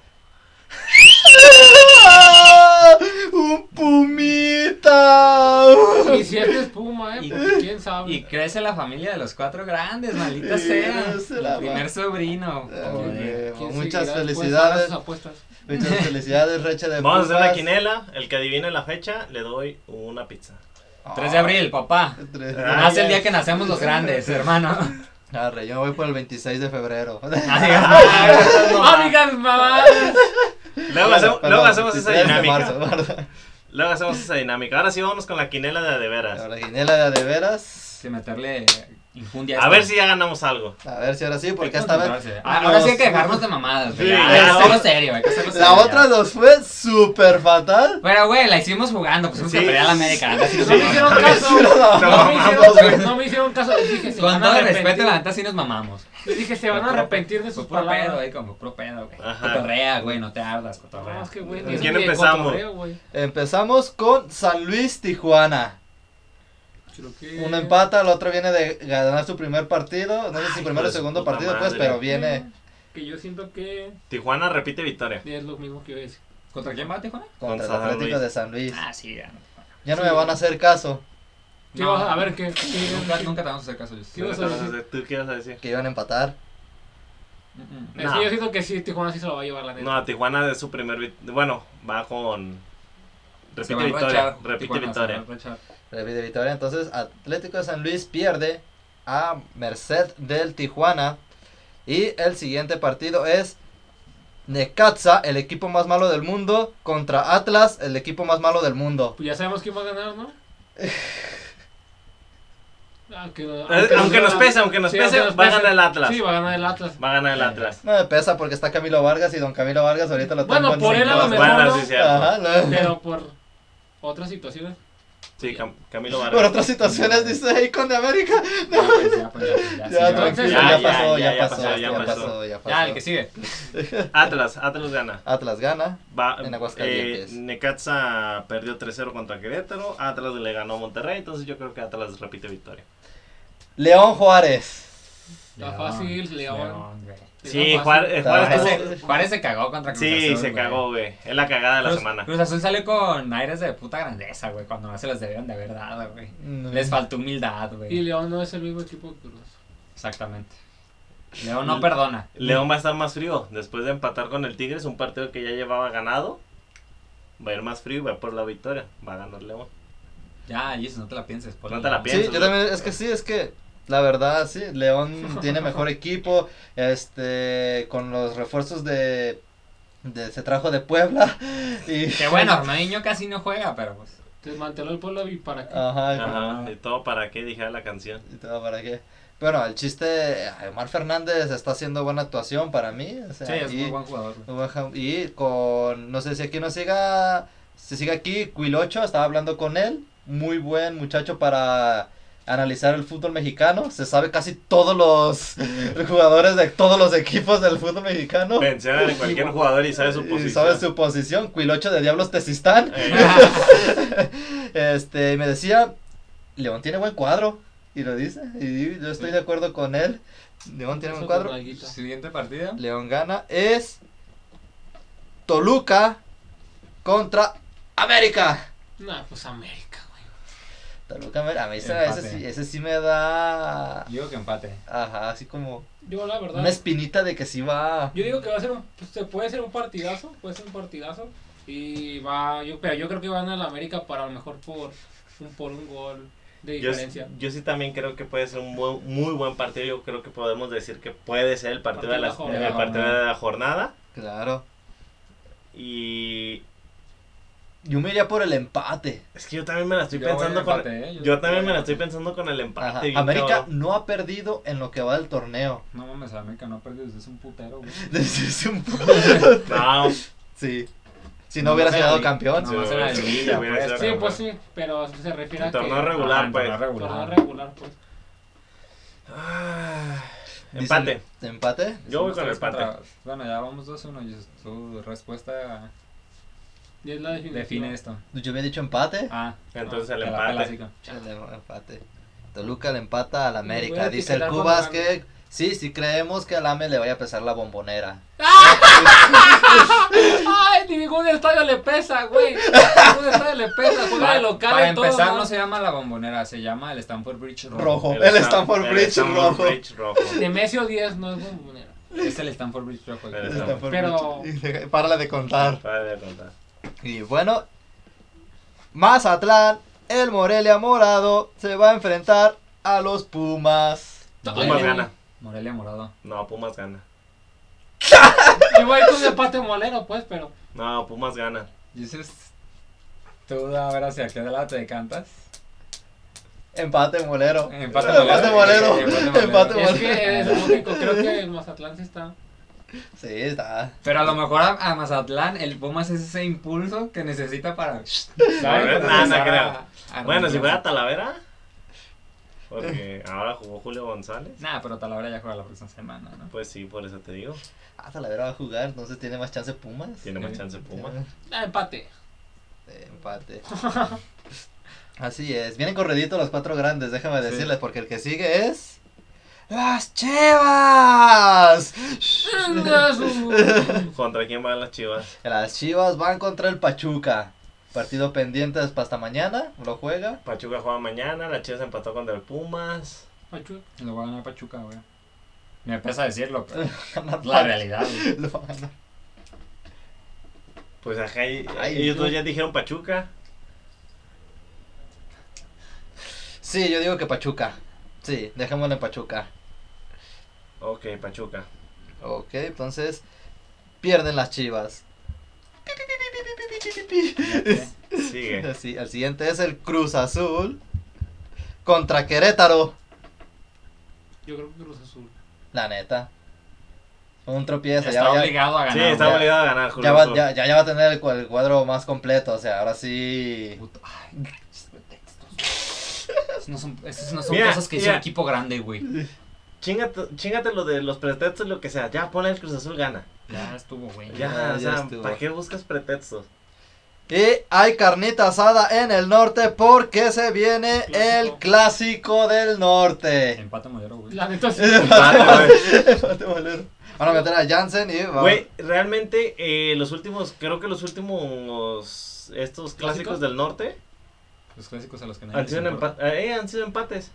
[SPEAKER 1] ¡Ah! ¡Un pumita!
[SPEAKER 2] Y si es de espuma, ¿eh?
[SPEAKER 3] Y-
[SPEAKER 2] Porque quién sabe.
[SPEAKER 3] Y crece la familia de los cuatro grandes, maldita
[SPEAKER 1] Y
[SPEAKER 3] sea.
[SPEAKER 1] crece la
[SPEAKER 3] El primer
[SPEAKER 1] ma-
[SPEAKER 3] sobrino.
[SPEAKER 1] Ah, güey.
[SPEAKER 3] Joder.
[SPEAKER 2] ¿Quién
[SPEAKER 1] Muchas
[SPEAKER 2] seguirá después?
[SPEAKER 1] felicidades.
[SPEAKER 2] Hagan sus apuestas.
[SPEAKER 1] Muchas felicidades, Recha de
[SPEAKER 4] Vamos a hacer
[SPEAKER 1] Pumas.
[SPEAKER 4] la quinela. El que adivine la fecha, le doy una pizza.
[SPEAKER 3] 3 de abril, papá.
[SPEAKER 1] Ah, Tres de
[SPEAKER 3] Nace
[SPEAKER 4] Ah,
[SPEAKER 3] el
[SPEAKER 1] abril.
[SPEAKER 3] día que nacemos los grandes, hermano.
[SPEAKER 2] Ah,
[SPEAKER 1] Arre, yo me voy por el 26 de febrero.
[SPEAKER 3] Ah,
[SPEAKER 2] Ah, Amigas, mamá.
[SPEAKER 4] Luego,
[SPEAKER 1] Bueno,
[SPEAKER 4] hacemos,
[SPEAKER 1] perdón,
[SPEAKER 4] luego hacemos esa
[SPEAKER 1] 23 de marzo,
[SPEAKER 4] dinámica.
[SPEAKER 1] perdón.
[SPEAKER 4] Luego hacemos esa dinámica. Ahora sí vámonos con la quinela de a de veras.
[SPEAKER 1] Ahora, Guinela de veras.
[SPEAKER 3] Sin meterle infundia.
[SPEAKER 4] A
[SPEAKER 3] esto.
[SPEAKER 4] ver si ya ganamos algo.
[SPEAKER 1] A ver si ahora sí,
[SPEAKER 5] Hay que
[SPEAKER 1] porque esta vez.
[SPEAKER 5] concentrarse.
[SPEAKER 3] Ah, Ahora sí hay que
[SPEAKER 1] Los-
[SPEAKER 3] dejarnos de mamadas, güey.
[SPEAKER 4] Sí,
[SPEAKER 3] Ya,
[SPEAKER 4] ya,
[SPEAKER 3] hay que
[SPEAKER 4] sí.
[SPEAKER 3] hacerlo serio, hay que hacerlo serio.
[SPEAKER 1] La otra nos fue súper fatal.
[SPEAKER 3] Pero, güey, la hicimos jugando, pusimos
[SPEAKER 4] Sí.
[SPEAKER 3] que pelear a la América. neta, sí nos
[SPEAKER 2] No me
[SPEAKER 4] Sí.
[SPEAKER 3] mamamos.
[SPEAKER 2] hicieron caso. No me hicieron, no me hicieron caso. Les dije, se
[SPEAKER 3] Con
[SPEAKER 2] van a
[SPEAKER 3] todo el respeto,
[SPEAKER 2] arrepentir.
[SPEAKER 3] la neta sí nos mamamos.
[SPEAKER 2] Les dije, se van a arrepentir de sus
[SPEAKER 3] Fue puro pedo,
[SPEAKER 2] palabras.
[SPEAKER 3] güey, como puro pedo, güey.
[SPEAKER 4] Ajá.
[SPEAKER 3] Cotorrea, güey, no te ardas,
[SPEAKER 2] No,
[SPEAKER 3] cotorrea.
[SPEAKER 2] es que, güey,
[SPEAKER 4] ¿Con
[SPEAKER 2] ni es
[SPEAKER 4] quién
[SPEAKER 2] ni de
[SPEAKER 4] empezamos?
[SPEAKER 2] cotorreo, güey.
[SPEAKER 1] Empezamos con San Luis, Tijuana.
[SPEAKER 2] Creo que-
[SPEAKER 1] Uno empata, el otro viene de ganar su primer partido. No sé si
[SPEAKER 4] Ay, hijo
[SPEAKER 1] primero o
[SPEAKER 4] de su
[SPEAKER 1] segundo
[SPEAKER 4] puta
[SPEAKER 1] partido, pues,
[SPEAKER 4] madre.
[SPEAKER 1] pero viene
[SPEAKER 2] Que yo siento que
[SPEAKER 4] Tijuana repite victoria.
[SPEAKER 2] es lo mismo que yo decía.
[SPEAKER 3] ¿Contra quién va, Tijuana?
[SPEAKER 1] contra el
[SPEAKER 4] San
[SPEAKER 1] Atlético
[SPEAKER 4] Luis.
[SPEAKER 1] de San Luis.
[SPEAKER 3] Ah, sí, ya.
[SPEAKER 1] Ya no
[SPEAKER 2] sí.
[SPEAKER 1] me van a hacer caso,
[SPEAKER 2] ¿Qué
[SPEAKER 3] No.
[SPEAKER 2] vas a a ver qué? qué-
[SPEAKER 3] Nunca, nunca te vamos a hacer caso, yo
[SPEAKER 2] ¿Qué ibas a decir?
[SPEAKER 4] ¿Tú qué vas a decir?
[SPEAKER 1] que iban a empatar.
[SPEAKER 3] Mm, mm.
[SPEAKER 2] Es
[SPEAKER 4] No.
[SPEAKER 2] que yo siento que sí, Tijuana sí se lo va a llevar la neta.
[SPEAKER 4] No, Tijuana es su primer. vit- Bueno, va con.
[SPEAKER 3] Se
[SPEAKER 4] Repite
[SPEAKER 3] va a
[SPEAKER 4] victoria.
[SPEAKER 3] enrachar,
[SPEAKER 4] Repite
[SPEAKER 3] Tijuana, se va a
[SPEAKER 4] victoria.
[SPEAKER 3] enrachar.
[SPEAKER 1] Repite victoria. Entonces, Atlético de San Luis pierde a merced del Tijuana. Y el siguiente partido es Necaxa, el equipo más malo del mundo, contra Atlas, el equipo más malo del mundo.
[SPEAKER 2] Pues ya sabemos quién va a ganar, ¿no? Ah, aunque,
[SPEAKER 4] Eh, Aunque nos pese, aunque nos
[SPEAKER 2] sí,
[SPEAKER 4] pese,
[SPEAKER 2] aunque nos
[SPEAKER 4] va a
[SPEAKER 2] pese.
[SPEAKER 4] ganar el Atlas.
[SPEAKER 2] Sí, va a ganar el Atlas.
[SPEAKER 4] Va a ganar el Atlas.
[SPEAKER 1] No me pesa porque está Camilo Vargas y don Camilo Vargas ahorita lo
[SPEAKER 2] Bueno,
[SPEAKER 1] tengo en
[SPEAKER 2] por él a lo
[SPEAKER 1] cinco.
[SPEAKER 2] mejor.
[SPEAKER 4] Bueno,
[SPEAKER 2] ¿no?
[SPEAKER 4] sí, cierto.
[SPEAKER 1] Ajá, no.
[SPEAKER 2] Pero por otras situaciones.
[SPEAKER 4] Sí, Cam- Camilo Vargas.
[SPEAKER 1] Por otras situaciones, dice ahí con de América.
[SPEAKER 3] Ya, pues, ya, pues,
[SPEAKER 1] Ya,
[SPEAKER 3] ya, ya, sí,
[SPEAKER 1] tranquilo,
[SPEAKER 3] ya.
[SPEAKER 1] ya,
[SPEAKER 4] ya,
[SPEAKER 1] pasó, ya,
[SPEAKER 4] ya, ya
[SPEAKER 1] pasó,
[SPEAKER 4] pasó,
[SPEAKER 1] ya
[SPEAKER 4] ya
[SPEAKER 1] pasó,
[SPEAKER 4] pasó.
[SPEAKER 1] ya pasó.
[SPEAKER 3] Ya, el que sigue.
[SPEAKER 4] Atlas, Atlas gana.
[SPEAKER 1] Atlas gana.
[SPEAKER 4] Va,
[SPEAKER 1] En Aguascalientes.
[SPEAKER 4] eh, Necaxa perdió 3-0 contra Querétaro. Atlas le ganó a Monterrey. Entonces yo creo que Atlas repite victoria.
[SPEAKER 1] León Juárez.
[SPEAKER 2] Está fácil, León.
[SPEAKER 3] güey.
[SPEAKER 4] Sí,
[SPEAKER 2] Está fácil.
[SPEAKER 4] Juárez, eh, Juárez
[SPEAKER 1] Está
[SPEAKER 4] tuvo-
[SPEAKER 1] fácil.
[SPEAKER 3] Juárez- Juárez se cagó contra Cruz Azul.
[SPEAKER 4] Sí, se
[SPEAKER 3] güey.
[SPEAKER 4] cagó, güey. Es la cagada de la
[SPEAKER 3] Cruz-
[SPEAKER 4] semana.
[SPEAKER 3] Cruz Azul sale con aires de puta grandeza, güey, cuando no se los debieron de haber dado, güey.
[SPEAKER 1] Mm.
[SPEAKER 3] Les faltó humildad,
[SPEAKER 2] Y
[SPEAKER 3] güey.
[SPEAKER 2] León no es el mismo equipo que Cruz.
[SPEAKER 3] Exactamente. León no perdona.
[SPEAKER 4] León va a estar más frío. Después de empatar con el Tigres, un partido que ya llevaba ganado. Va a ir más frío y va por la victoria. Va a ganar León.
[SPEAKER 3] Ya, Jesus, no te la pienses. ponle
[SPEAKER 4] No te la
[SPEAKER 3] León.
[SPEAKER 1] Sí,
[SPEAKER 4] pienses.
[SPEAKER 1] yo también, es que sí, es que la verdad, sí, León tiene mejor equipo, este, con los refuerzos de, de se trajo de Puebla y...
[SPEAKER 3] Que bueno, Armadiño casi no juega, pero pues.
[SPEAKER 2] Desmanteló el pueblo y para qué.
[SPEAKER 1] Ajá,
[SPEAKER 4] Ajá. Y todo para qué dijera la canción.
[SPEAKER 1] y todo para qué. Bueno, el chiste, Omar Fernández está haciendo buena actuación para mí, o sea,
[SPEAKER 3] Sí, es
[SPEAKER 1] y-
[SPEAKER 3] muy buen jugador. güey.
[SPEAKER 1] Ujú, Y con, no sé si aquí no siga, si sigue aquí, Quilocho, estaba hablando con él, muy buen muchacho para analizar el fútbol mexicano, se sabe casi todos los jugadores de todos los equipos del fútbol mexicano.
[SPEAKER 4] Menciona de cualquier jugador y sabe su
[SPEAKER 1] Y
[SPEAKER 4] posición.
[SPEAKER 1] sabe su posición, Quilocho de Diablos Tezistán.
[SPEAKER 4] Eh,
[SPEAKER 1] Este, y me decía, León tiene buen cuadro, y lo dice, y yo estoy de acuerdo con él, León tiene buen
[SPEAKER 2] Eso
[SPEAKER 1] cuadro,
[SPEAKER 2] con Alguita.
[SPEAKER 3] Siguiente partido.
[SPEAKER 1] León gana es Toluca contra América.
[SPEAKER 2] Nah, pues América, güey.
[SPEAKER 1] Toluca América. A mí ese, ese,
[SPEAKER 3] Empate.
[SPEAKER 1] sí, ese sí me da.
[SPEAKER 3] Digo que empate.
[SPEAKER 1] Ajá, así como
[SPEAKER 2] Yo la verdad.
[SPEAKER 1] una espinita de que sí va.
[SPEAKER 2] Yo digo que va a ser un, pues, se puede ser un partidazo, puede ser un partidazo y va, yo, pero yo creo que va a ganar la América para a lo mejor por un por un gol de
[SPEAKER 4] Yo,
[SPEAKER 2] diferencia.
[SPEAKER 4] yo sí también creo que puede ser un buen- muy buen partido. Yo creo que podemos decir que puede ser el partido, de, la,
[SPEAKER 2] Partido de la
[SPEAKER 4] el
[SPEAKER 2] jornada.
[SPEAKER 4] partido de la jornada.
[SPEAKER 1] Claro.
[SPEAKER 4] Y
[SPEAKER 1] Yo me iría por el empate.
[SPEAKER 4] es que yo también me la estoy
[SPEAKER 3] Yo voy
[SPEAKER 4] pensando con.
[SPEAKER 3] empate, ¿eh? Yo-
[SPEAKER 4] Yo también me la estoy pensando con el
[SPEAKER 1] Ajá.
[SPEAKER 4] empate. bien
[SPEAKER 1] América
[SPEAKER 4] cabrón.
[SPEAKER 1] no ha perdido en lo que va del torneo.
[SPEAKER 3] No mames, América no ha perdido desde hace un putero, güey.
[SPEAKER 1] Desde ese punto-
[SPEAKER 4] No,
[SPEAKER 1] sí. Si no,
[SPEAKER 3] No,
[SPEAKER 1] hubieras
[SPEAKER 3] no,
[SPEAKER 1] quedado
[SPEAKER 3] no,
[SPEAKER 1] campeón.
[SPEAKER 3] no. Nomás era de
[SPEAKER 4] Sí,
[SPEAKER 3] liga,
[SPEAKER 4] hubiera
[SPEAKER 3] pues.
[SPEAKER 4] sido
[SPEAKER 2] Sí,
[SPEAKER 4] campeón.
[SPEAKER 2] pues sí, pero se refiere
[SPEAKER 4] En
[SPEAKER 2] a que
[SPEAKER 4] torneo regular,
[SPEAKER 3] Ah,
[SPEAKER 4] pues.
[SPEAKER 3] torneo
[SPEAKER 2] torneo
[SPEAKER 3] regular.
[SPEAKER 2] regular, pues.
[SPEAKER 4] Ah,
[SPEAKER 1] Dice-
[SPEAKER 4] Empate.
[SPEAKER 1] ¿Empate?
[SPEAKER 4] Yo
[SPEAKER 3] Somos
[SPEAKER 4] voy con el
[SPEAKER 3] tres
[SPEAKER 4] empate.
[SPEAKER 3] contra- Bueno, ya vamos 2-1. y Tu respuesta
[SPEAKER 2] Y es la definitiva.
[SPEAKER 3] define esto.
[SPEAKER 1] Yo había dicho empate.
[SPEAKER 3] Ah,
[SPEAKER 4] Entonces
[SPEAKER 3] no,
[SPEAKER 4] el
[SPEAKER 3] te la
[SPEAKER 4] empate.
[SPEAKER 3] pelas, chica.
[SPEAKER 1] El empate. Toluca le empata al
[SPEAKER 2] voy a
[SPEAKER 1] América. Dice el
[SPEAKER 2] etiquetar con
[SPEAKER 1] Cubas
[SPEAKER 2] Alame.
[SPEAKER 1] que sí, sí creemos que al AME le vaya a pesar la bombonera.
[SPEAKER 2] Ay, ni ningún estadio le pesa, güey. Ningún estadio le pesa, juega de local
[SPEAKER 3] Para
[SPEAKER 2] en todo,
[SPEAKER 3] empezar,
[SPEAKER 2] ¿no?
[SPEAKER 3] no se llama la bombonera, se llama el Stanford Bridge Rojo.
[SPEAKER 1] Rojo. El Stamford
[SPEAKER 4] Stam-
[SPEAKER 1] Bridge rojo.
[SPEAKER 4] Bridge rojo.
[SPEAKER 2] Nemesio 10 no es bombonera.
[SPEAKER 3] Es el Stanford Bridge Rojo.
[SPEAKER 4] Pero
[SPEAKER 3] güey.
[SPEAKER 4] está- Pero-
[SPEAKER 2] Pero-
[SPEAKER 1] Párala de contar.
[SPEAKER 4] Para de contar.
[SPEAKER 1] Y bueno, Mazatlán, el Morelia Morado, se va a enfrentar a los Pumas.
[SPEAKER 4] Pumas
[SPEAKER 2] Ay,
[SPEAKER 4] pues gana.
[SPEAKER 3] Morelia Morado.
[SPEAKER 4] No, Pumas gana.
[SPEAKER 2] Yo voy con un empate molero, pues, pero
[SPEAKER 4] No, Pumas gana.
[SPEAKER 3] Dices, tú a ver hacia qué lado te decantas.
[SPEAKER 1] Empate molero.
[SPEAKER 3] Empate
[SPEAKER 1] Empate
[SPEAKER 3] molero.
[SPEAKER 1] molero.
[SPEAKER 3] Empate molero.
[SPEAKER 1] Empate
[SPEAKER 2] es que es
[SPEAKER 1] molero.
[SPEAKER 2] lógico, creo que el Mazatlán sí está.
[SPEAKER 1] Sí, está.
[SPEAKER 3] Pero a lo mejor a, a Mazatlán el Pumas es ese impulso que necesita para.
[SPEAKER 4] Volver-
[SPEAKER 3] Para
[SPEAKER 4] nah, no
[SPEAKER 3] empezar a- a
[SPEAKER 4] Bueno, si
[SPEAKER 3] romperse.
[SPEAKER 4] fuera Talavera. Porque ahora jugó Julio González.
[SPEAKER 3] Nah, pero Talavera ya juega la próxima semana, ¿no?
[SPEAKER 4] Pues sí, por eso te digo.
[SPEAKER 1] Ah, Talavera va a jugar, entonces tiene más chance Pumas.
[SPEAKER 4] Tiene más chance Pumas.
[SPEAKER 2] Ah, empate.
[SPEAKER 1] Eh, Empate. Así es. Vienen corredito los cuatro grandes, déjame
[SPEAKER 3] Sí.
[SPEAKER 1] decirles, porque el que sigue es. ¡Las Chivas!
[SPEAKER 2] Chinga su-
[SPEAKER 4] ¿Contra quién van las chivas?
[SPEAKER 1] Las Chivas van contra el Pachuca. Partido pendiente hasta hasta mañana. Lo juega.
[SPEAKER 4] Pachuca juega mañana. Las chivas empató contra el Pumas.
[SPEAKER 2] Pachuca.
[SPEAKER 3] Lo va a ganar Pachuca, güey. Me pesa decirlo, pero
[SPEAKER 1] Ganar
[SPEAKER 3] la
[SPEAKER 1] Pachuca.
[SPEAKER 3] realidad. güey.
[SPEAKER 1] Lo va a ganar.
[SPEAKER 4] Pues acá hay-
[SPEAKER 1] Ay,
[SPEAKER 4] ellos dos
[SPEAKER 1] no.
[SPEAKER 4] ya dijeron Pachuca.
[SPEAKER 1] Sí, yo digo que Pachuca. Sí, dejémoslo en Pachuca.
[SPEAKER 4] Ok, Pachuca.
[SPEAKER 1] Ok, entonces pierden las Chivas.
[SPEAKER 4] Sigue.
[SPEAKER 1] Así, el siguiente es el Cruz Azul contra Querétaro.
[SPEAKER 2] Yo creo que Cruz Azul.
[SPEAKER 1] La neta. Un tropiezo. Ya,
[SPEAKER 3] Está
[SPEAKER 1] ya-
[SPEAKER 3] obligado a ganar.
[SPEAKER 4] Sí,
[SPEAKER 3] güey.
[SPEAKER 4] está obligado a ganar, Julio.
[SPEAKER 1] ya va,
[SPEAKER 4] Azul.
[SPEAKER 1] ya, ya- ya va a tener el, cu- el cuadro más completo. O sea, ahora sí.
[SPEAKER 3] Puto- ay, esos pretextos. Esos no son, esos no son
[SPEAKER 4] Mira,
[SPEAKER 3] cosas que hizo
[SPEAKER 4] mira.
[SPEAKER 3] un equipo grande, güey.
[SPEAKER 4] Chingate, chingate lo de los pretextos, lo que sea. Ya ponle el Cruz Azul gana.
[SPEAKER 3] Ya estuvo, güey.
[SPEAKER 4] Ya,
[SPEAKER 1] Ya, ya
[SPEAKER 4] o sea,
[SPEAKER 1] estuvo.
[SPEAKER 4] ¿para qué buscas pretextos?
[SPEAKER 1] Y hay carnita asada en el norte porque se viene
[SPEAKER 2] Clásico.
[SPEAKER 1] el clásico del norte.
[SPEAKER 3] Empate molero, güey.
[SPEAKER 2] La neta sí.
[SPEAKER 4] Vale, güey.
[SPEAKER 1] Empate molero. Van a meter a Jansen y va-
[SPEAKER 4] Güey, realmente eh, los últimos, creo que los últimos, estos clásicos
[SPEAKER 2] ¿Clásicos?
[SPEAKER 4] del norte
[SPEAKER 3] Los clásicos a los que nadie
[SPEAKER 4] han
[SPEAKER 3] les
[SPEAKER 4] sido, en
[SPEAKER 3] importa.
[SPEAKER 4] empa- eh, han sido empates.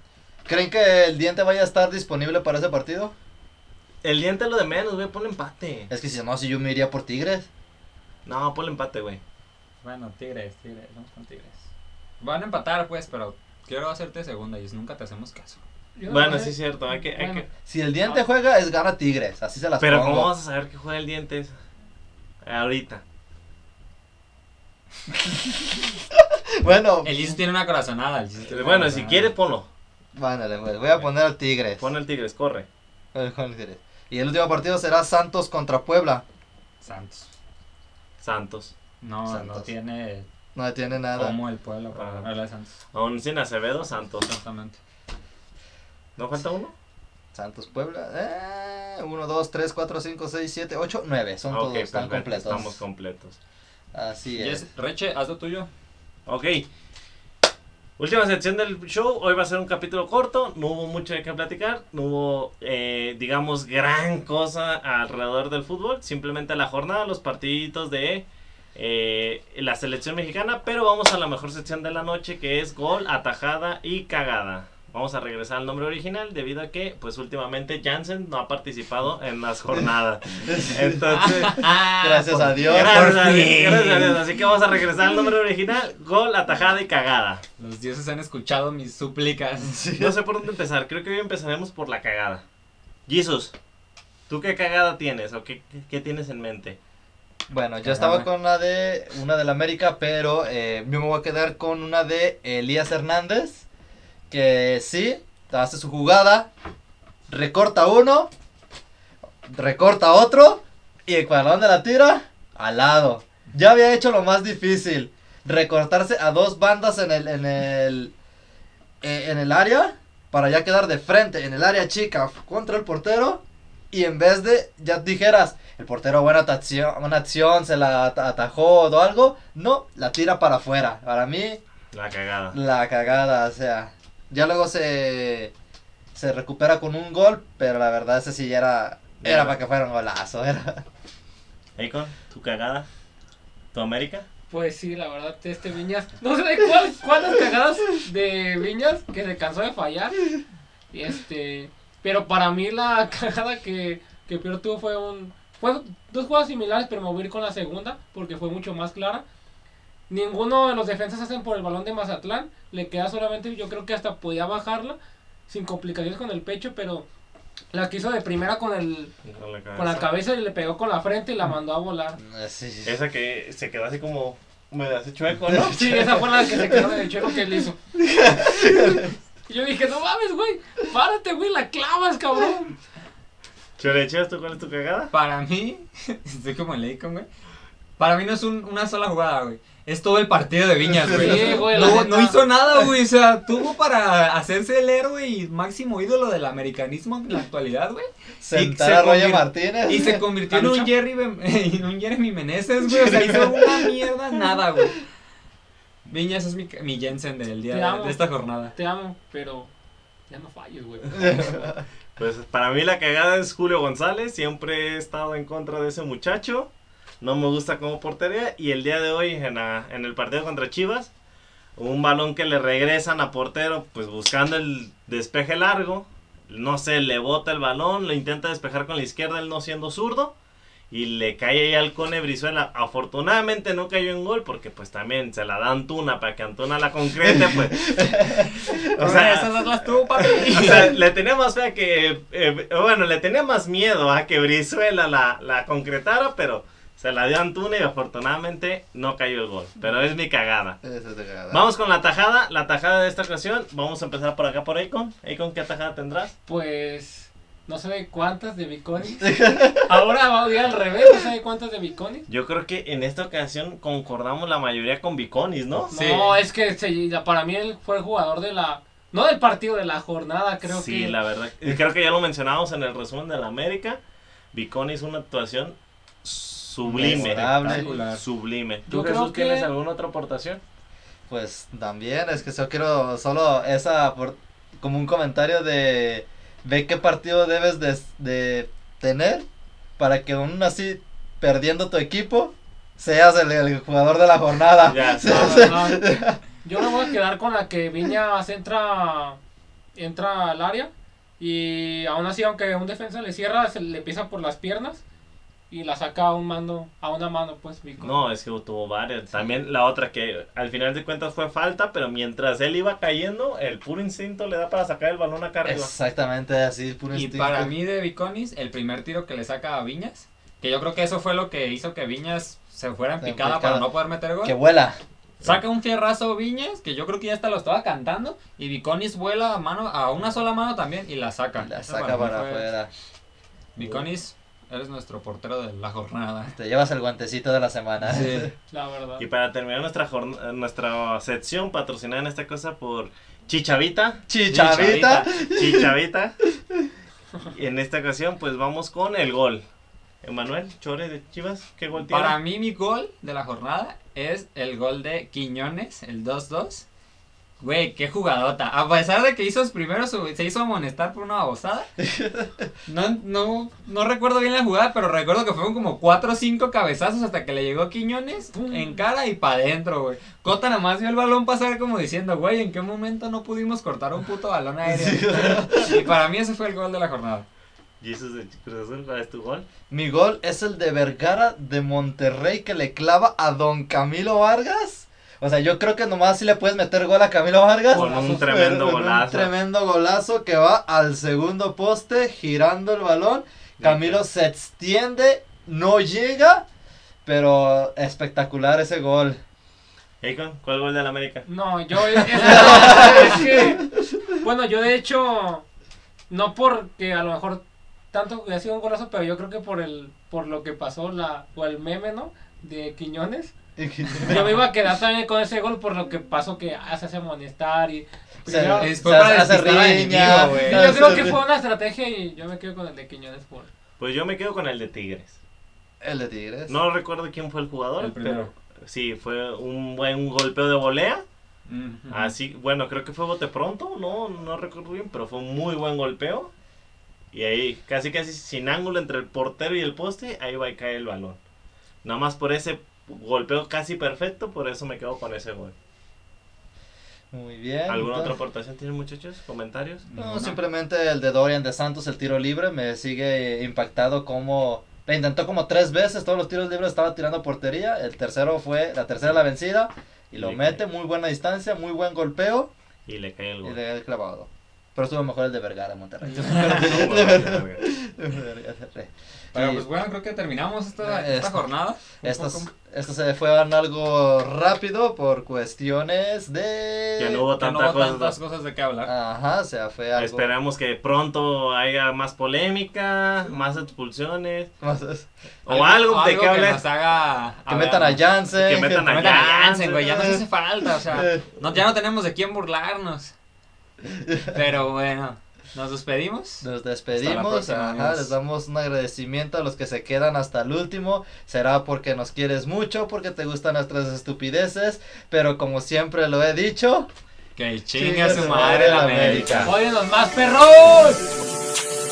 [SPEAKER 1] ¿Creen que el diente vaya a estar disponible para ese partido?
[SPEAKER 4] El diente es lo de menos, güey, ponle empate.
[SPEAKER 1] Es que si no, si yo me iría por Tigres.
[SPEAKER 4] No, ponle empate, güey.
[SPEAKER 3] Bueno, Tigres, Tigres, vamos con Tigres. Van a empatar, pues, pero quiero hacerte segunda y nunca te hacemos caso.
[SPEAKER 2] Yo no
[SPEAKER 4] Bueno,
[SPEAKER 2] sé.
[SPEAKER 4] sí es cierto, hay que... Hay
[SPEAKER 2] Bueno.
[SPEAKER 4] que...
[SPEAKER 1] Si el diente juega, es gana Tigres. Así se las
[SPEAKER 4] Ah. Pero
[SPEAKER 1] pongo.
[SPEAKER 4] ¿cómo vas a saber que juega el diente ahorita?
[SPEAKER 1] Bueno,
[SPEAKER 3] El Jesus tiene una corazonada. el Jesus tiene una
[SPEAKER 4] Bueno, si
[SPEAKER 3] corazonada.
[SPEAKER 4] quieres ponlo.
[SPEAKER 1] Vándale, pues, voy a poner al Tigres.
[SPEAKER 4] Pon el Tigres, corre.
[SPEAKER 1] Eh, con el Tigres. Y el último partido será Santos contra Puebla.
[SPEAKER 3] Santos.
[SPEAKER 4] Santos.
[SPEAKER 3] No, no
[SPEAKER 1] Santos.
[SPEAKER 3] tiene
[SPEAKER 1] No tiene nada.
[SPEAKER 3] como el pueblo para
[SPEAKER 4] Ah.
[SPEAKER 3] hablar de Santos.
[SPEAKER 4] Aún sin Acevedo, Santos.
[SPEAKER 3] Exactamente.
[SPEAKER 4] ¿No falta uno?
[SPEAKER 1] Santos Puebla. eh, 1, 2, 3, 4, 5, 6, 7, 8, 9. Son
[SPEAKER 4] Ah,
[SPEAKER 1] todos, están
[SPEAKER 4] perfecto,
[SPEAKER 1] completos.
[SPEAKER 4] Estamos completos.
[SPEAKER 1] Así es.
[SPEAKER 3] Yes, Reche, haz lo tuyo.
[SPEAKER 4] Ok. Última sección del show. Hoy va a ser un capítulo corto. No hubo mucho de qué platicar. No hubo, eh, digamos, gran cosa alrededor del fútbol. Simplemente la jornada, los partiditos de eh, la selección mexicana, pero vamos a la mejor sección de la noche que es gol, atajada y cagada. Vamos a regresar al nombre original debido a que pues últimamente Jansen no ha participado en las jornadas. Entonces,
[SPEAKER 3] Ah.
[SPEAKER 1] Gracias
[SPEAKER 4] Ah,
[SPEAKER 1] a Dios.
[SPEAKER 4] gracias,
[SPEAKER 3] por
[SPEAKER 4] a Dios,
[SPEAKER 3] fin.
[SPEAKER 4] gracias a Dios. Así que vamos a regresar al nombre original, gol, atajada y cagada.
[SPEAKER 3] Los dioses han escuchado mis súplicas.
[SPEAKER 1] Sí.
[SPEAKER 4] No sé por dónde empezar, creo que hoy empezaremos por la cagada. Jesus, ¿tú qué cagada tienes o qué, qué- qué tienes en mente?
[SPEAKER 1] Bueno, yo
[SPEAKER 3] Caramba.
[SPEAKER 1] estaba con una de una de la América, pero eh, yo me voy a quedar con una de Elías Hernández, que sí, hace su jugada, recorta uno, recorta otro, y el balón de la tira al lado. Ya había hecho lo más difícil, recortarse a dos bandas en el, en el, eh, en el área, para ya quedar de frente, en el área chica, contra el portero, y en vez de, ya dijeras, el portero buena acción, una acción, se la at- atajó o algo, no, la tira para afuera. Para mí,
[SPEAKER 4] La cagada.
[SPEAKER 1] la cagada, o sea, ya luego se, se recupera con un gol, pero la verdad ese sí ya era, era
[SPEAKER 4] Bueno.
[SPEAKER 1] para que fuera un golazo, era.
[SPEAKER 4] Akon, ¿tu cagada? ¿Tu América?
[SPEAKER 2] Pues sí, la verdad, este Viñas. No sé de cuál, cuántas cagadas de Viñas que se cansó de fallar. Y este. Pero para mí la cagada que, que peor tuvo fue un. Fue dos jugadas similares, pero me voy a ir con la segunda porque fue mucho más clara. Ninguno de los defensas hacen por el balón de Mazatlán. Le queda solamente, yo creo que hasta podía bajarla sin complicaciones con el pecho, pero la quiso de primera con, el,
[SPEAKER 4] Con la
[SPEAKER 2] con la cabeza y le pegó con la frente y la mandó a volar.
[SPEAKER 1] Sí.
[SPEAKER 4] Esa que se quedó así como me hace chueco, ¿no?
[SPEAKER 2] Sí, esa fue la que se quedó en el chueco que él hizo. Y yo dije, no mames, güey, párate, güey, la clavas, cabrón.
[SPEAKER 4] Chorecheas, ¿tú cuál es tu cagada?
[SPEAKER 3] Para mí, estoy como en Leicon, güey. Para mí no es un- una sola jugada, güey. Es todo el partido de Viñas, güey.
[SPEAKER 2] Sí, güey, la
[SPEAKER 3] no,
[SPEAKER 2] neta.
[SPEAKER 3] no hizo nada, güey. O sea, tuvo para hacerse el héroe y máximo ídolo del americanismo en la actualidad, güey.
[SPEAKER 1] Sentar
[SPEAKER 3] se
[SPEAKER 1] a Roger
[SPEAKER 3] convir-
[SPEAKER 1] Martínez.
[SPEAKER 3] Y se convirtió en un
[SPEAKER 2] ¿Calucha?
[SPEAKER 3] Jerry, Ben- en un Jeremy Meneses, güey. O sea, hizo una mierda, nada, güey. Viñas es mi, mi Jensen del día
[SPEAKER 2] Te
[SPEAKER 3] de,
[SPEAKER 2] amo.
[SPEAKER 3] de esta jornada.
[SPEAKER 2] Te amo, pero ya no falles, güey.
[SPEAKER 4] Pues para mí la cagada es Julio González, siempre he estado en contra de ese muchacho, no me gusta como portería y el día de hoy en, la- en el partido contra Chivas, un balón que le regresan a portero, pues buscando el despeje largo, no sé, le bota el balón, lo intenta despejar con la izquierda, él no siendo zurdo. Y le cae ahí al Cone Brizuela. Afortunadamente no cayó en gol porque pues también se la da Antuna para que Antuna la concrete pues.
[SPEAKER 3] O sea, esas las- las tuvo, papi.
[SPEAKER 4] O sea, le tenía más fe a que. eh, bueno, le tenía más miedo a que Brizuela la, la concretara, pero se la dio a Antuna y afortunadamente no cayó el gol. Pero es mi cagada.
[SPEAKER 1] Esa es la cagada.
[SPEAKER 4] Vamos con la tajada. La tajada de esta ocasión. Vamos a empezar por acá por Akon. Akon, ¿qué tajada tendrás?
[SPEAKER 2] Pues, no sé de cuántas de Biconis. Ahora va a ir al revés, no sé de cuántas de Biconis.
[SPEAKER 4] Yo creo que en esta ocasión concordamos la mayoría con Viconis, ¿no?
[SPEAKER 2] No,
[SPEAKER 3] Sí.
[SPEAKER 2] es que se- para mí él fue el jugador de la. No del partido, de la jornada, creo
[SPEAKER 4] sí,
[SPEAKER 2] que.
[SPEAKER 4] la verdad. Y Creo que ya lo mencionábamos en el resumen de la América. Viconis, una actuación sublime.
[SPEAKER 1] Memorable.
[SPEAKER 3] Espectacular.
[SPEAKER 4] Sublime.
[SPEAKER 2] Yo
[SPEAKER 4] ¿Tú,
[SPEAKER 2] creo
[SPEAKER 4] Jesús,
[SPEAKER 2] que-
[SPEAKER 4] tienes alguna otra aportación?
[SPEAKER 1] Pues también, es que yo quiero solo esa, por- como un comentario de, ve qué partido debes de, de tener para que aún así, perdiendo tu equipo, seas el, el jugador de la jornada.
[SPEAKER 4] Ya, sí.
[SPEAKER 2] La verdad, Yo me voy a quedar con la que Viñas entra, entra al área y aún así, aunque un defensa le cierra, se le pisa por las piernas y la saca a un mando, a una mano, pues, Vico.
[SPEAKER 4] No, es que tuvo varias. También la otra que al final de cuentas fue falta, pero mientras él iba cayendo, el puro instinto le da para sacar el balón acá arriba.
[SPEAKER 1] Exactamente así, puro
[SPEAKER 3] Y
[SPEAKER 1] instinto.
[SPEAKER 3] para mí de Viconis, el primer tiro que le saca a Viñas, que yo creo que eso fue lo que hizo que Viñas se fuera en
[SPEAKER 1] Se
[SPEAKER 3] picada
[SPEAKER 1] picada.
[SPEAKER 3] para no poder meter gol.
[SPEAKER 1] Que vuela.
[SPEAKER 3] Saca un fierrazo Viñas, que yo creo que ya hasta lo estaba cantando, y Viconis vuela a mano a una sola mano también y la saca.
[SPEAKER 1] La
[SPEAKER 3] Eso
[SPEAKER 1] saca
[SPEAKER 3] mí
[SPEAKER 1] para
[SPEAKER 3] fue-
[SPEAKER 1] afuera.
[SPEAKER 3] Viconis, eres nuestro portero de la jornada.
[SPEAKER 1] Te llevas el guantecito de la semana.
[SPEAKER 2] La verdad.
[SPEAKER 4] Y para terminar nuestra jorn- nuestra sección patrocinada en esta cosa por Chichavita.
[SPEAKER 1] Chichavita.
[SPEAKER 4] Chichavita. Y en esta ocasión, pues vamos con el gol. Emanuel, Chore de Chivas, ¿qué gol tiene?
[SPEAKER 3] Para mí mi gol de la jornada es el gol de Quiñones, el 2-2, Güey, qué jugadota. A pesar de que hizo primero su- se hizo amonestar por una babosada. No, no, no recuerdo bien la jugada, pero recuerdo que fueron como 4 o 5 cabezazos hasta que le llegó Quiñones
[SPEAKER 2] Pum.
[SPEAKER 3] en cara y para adentro, güey. Cota nada más vio el balón pasar como diciendo, güey, ¿en qué momento no pudimos cortar un puto balón aéreo? Y para mí ese fue el gol de la jornada.
[SPEAKER 4] Jesus de Cruz Azul, ¿cuál es tu gol?
[SPEAKER 1] Mi gol es el de Vergara de Monterrey que le clava a Don Camilo Vargas. O sea, yo creo que nomás si le puedes meter gol a Camilo Vargas.
[SPEAKER 4] Con
[SPEAKER 2] Golazo,
[SPEAKER 4] un
[SPEAKER 1] Pero
[SPEAKER 4] tremendo
[SPEAKER 1] con
[SPEAKER 4] golazo.
[SPEAKER 1] Un tremendo golazo que va al segundo poste, girando el balón. Camilo se extiende, no llega, pero espectacular ese gol.
[SPEAKER 4] Akon, ¿cuál gol del América?
[SPEAKER 2] No, yo. Es, es que. Bueno, yo de hecho. No porque a lo mejor tanto hubiera sido un golazo, pero yo creo que por el por lo que pasó la o el meme, ¿no? De Quiñones. Yo me iba a quedar también con ese gol por lo que pasó que ah, hace hace amonestar y primero-
[SPEAKER 3] es-
[SPEAKER 1] se
[SPEAKER 3] fue para
[SPEAKER 1] hace
[SPEAKER 3] despistar al
[SPEAKER 1] riña,
[SPEAKER 3] enemigo, güey.
[SPEAKER 2] y yo
[SPEAKER 1] se
[SPEAKER 2] creo que
[SPEAKER 1] ri-
[SPEAKER 2] fue una estrategia y yo me quedo con el de Quiñones por
[SPEAKER 4] Pues yo me quedo con el de Tigres.
[SPEAKER 1] El de Tigres.
[SPEAKER 4] No recuerdo quién fue el jugador.
[SPEAKER 3] El primero.
[SPEAKER 4] pero sí, fue un buen golpeo de volea.
[SPEAKER 3] Ujú.
[SPEAKER 4] Así, bueno, creo que fue bote pronto, no, no recuerdo bien, pero fue un muy buen golpeo. Y ahí, casi casi sin ángulo entre el portero y el poste, ahí va y cae el balón. Nada más por ese golpeo casi perfecto, por eso me quedo con ese gol.
[SPEAKER 1] Muy bien.
[SPEAKER 4] ¿Alguna otra
[SPEAKER 1] entonces-
[SPEAKER 4] aportación tienen muchachos? ¿Comentarios?
[SPEAKER 1] No,
[SPEAKER 3] Ninguna.
[SPEAKER 1] simplemente el de Dorian de Santos, el tiro libre, me sigue impactado como... La intentó como tres veces, todos los tiros libres estaba tirando portería, el tercero fue, la tercera la vencida, y lo
[SPEAKER 4] Y-
[SPEAKER 1] mete, muy buena distancia, muy buen golpeo,
[SPEAKER 4] Y le cae el
[SPEAKER 1] y
[SPEAKER 4] gol.
[SPEAKER 1] le ha clavado. Pero estuvo mejor el de Vergara, Monterrey.
[SPEAKER 4] No, bueno, ya, güey.
[SPEAKER 3] Pero
[SPEAKER 1] Sí.
[SPEAKER 3] pues bueno, creo que terminamos esta, esta
[SPEAKER 1] Esto.
[SPEAKER 3] jornada. Un
[SPEAKER 1] Estas-
[SPEAKER 3] poco-
[SPEAKER 1] Esto se fue en algo rápido por cuestiones de...
[SPEAKER 4] Ya no hubo
[SPEAKER 3] que no
[SPEAKER 4] tanta
[SPEAKER 3] hubo
[SPEAKER 4] cosa.
[SPEAKER 3] tantas cosas de qué hablar.
[SPEAKER 1] Ah, Ajá, o sea, fue algo...
[SPEAKER 4] Esperamos que pronto haya más polémica, más expulsiones
[SPEAKER 1] más- que
[SPEAKER 4] o algo, de
[SPEAKER 3] que
[SPEAKER 4] qué hablar.
[SPEAKER 3] nos haga.
[SPEAKER 1] metan a Jansen.
[SPEAKER 4] que metan
[SPEAKER 3] Que
[SPEAKER 4] a
[SPEAKER 3] metan a Jansen,
[SPEAKER 4] Jansen,
[SPEAKER 3] güey. Ya nos hace falta, o sea. no- ya no tenemos de quién burlarnos. Pero bueno, nos despedimos.
[SPEAKER 1] Nos despedimos,
[SPEAKER 3] próxima,
[SPEAKER 1] ajá,
[SPEAKER 3] amigos.
[SPEAKER 1] les damos un agradecimiento a los que se quedan hasta el último. Será porque nos quieres mucho, porque te gustan nuestras estupideces, pero como siempre lo he dicho,
[SPEAKER 3] Que
[SPEAKER 1] Chinga Ah.
[SPEAKER 3] chinga su madre la América.
[SPEAKER 2] ¡Óyenos más perros!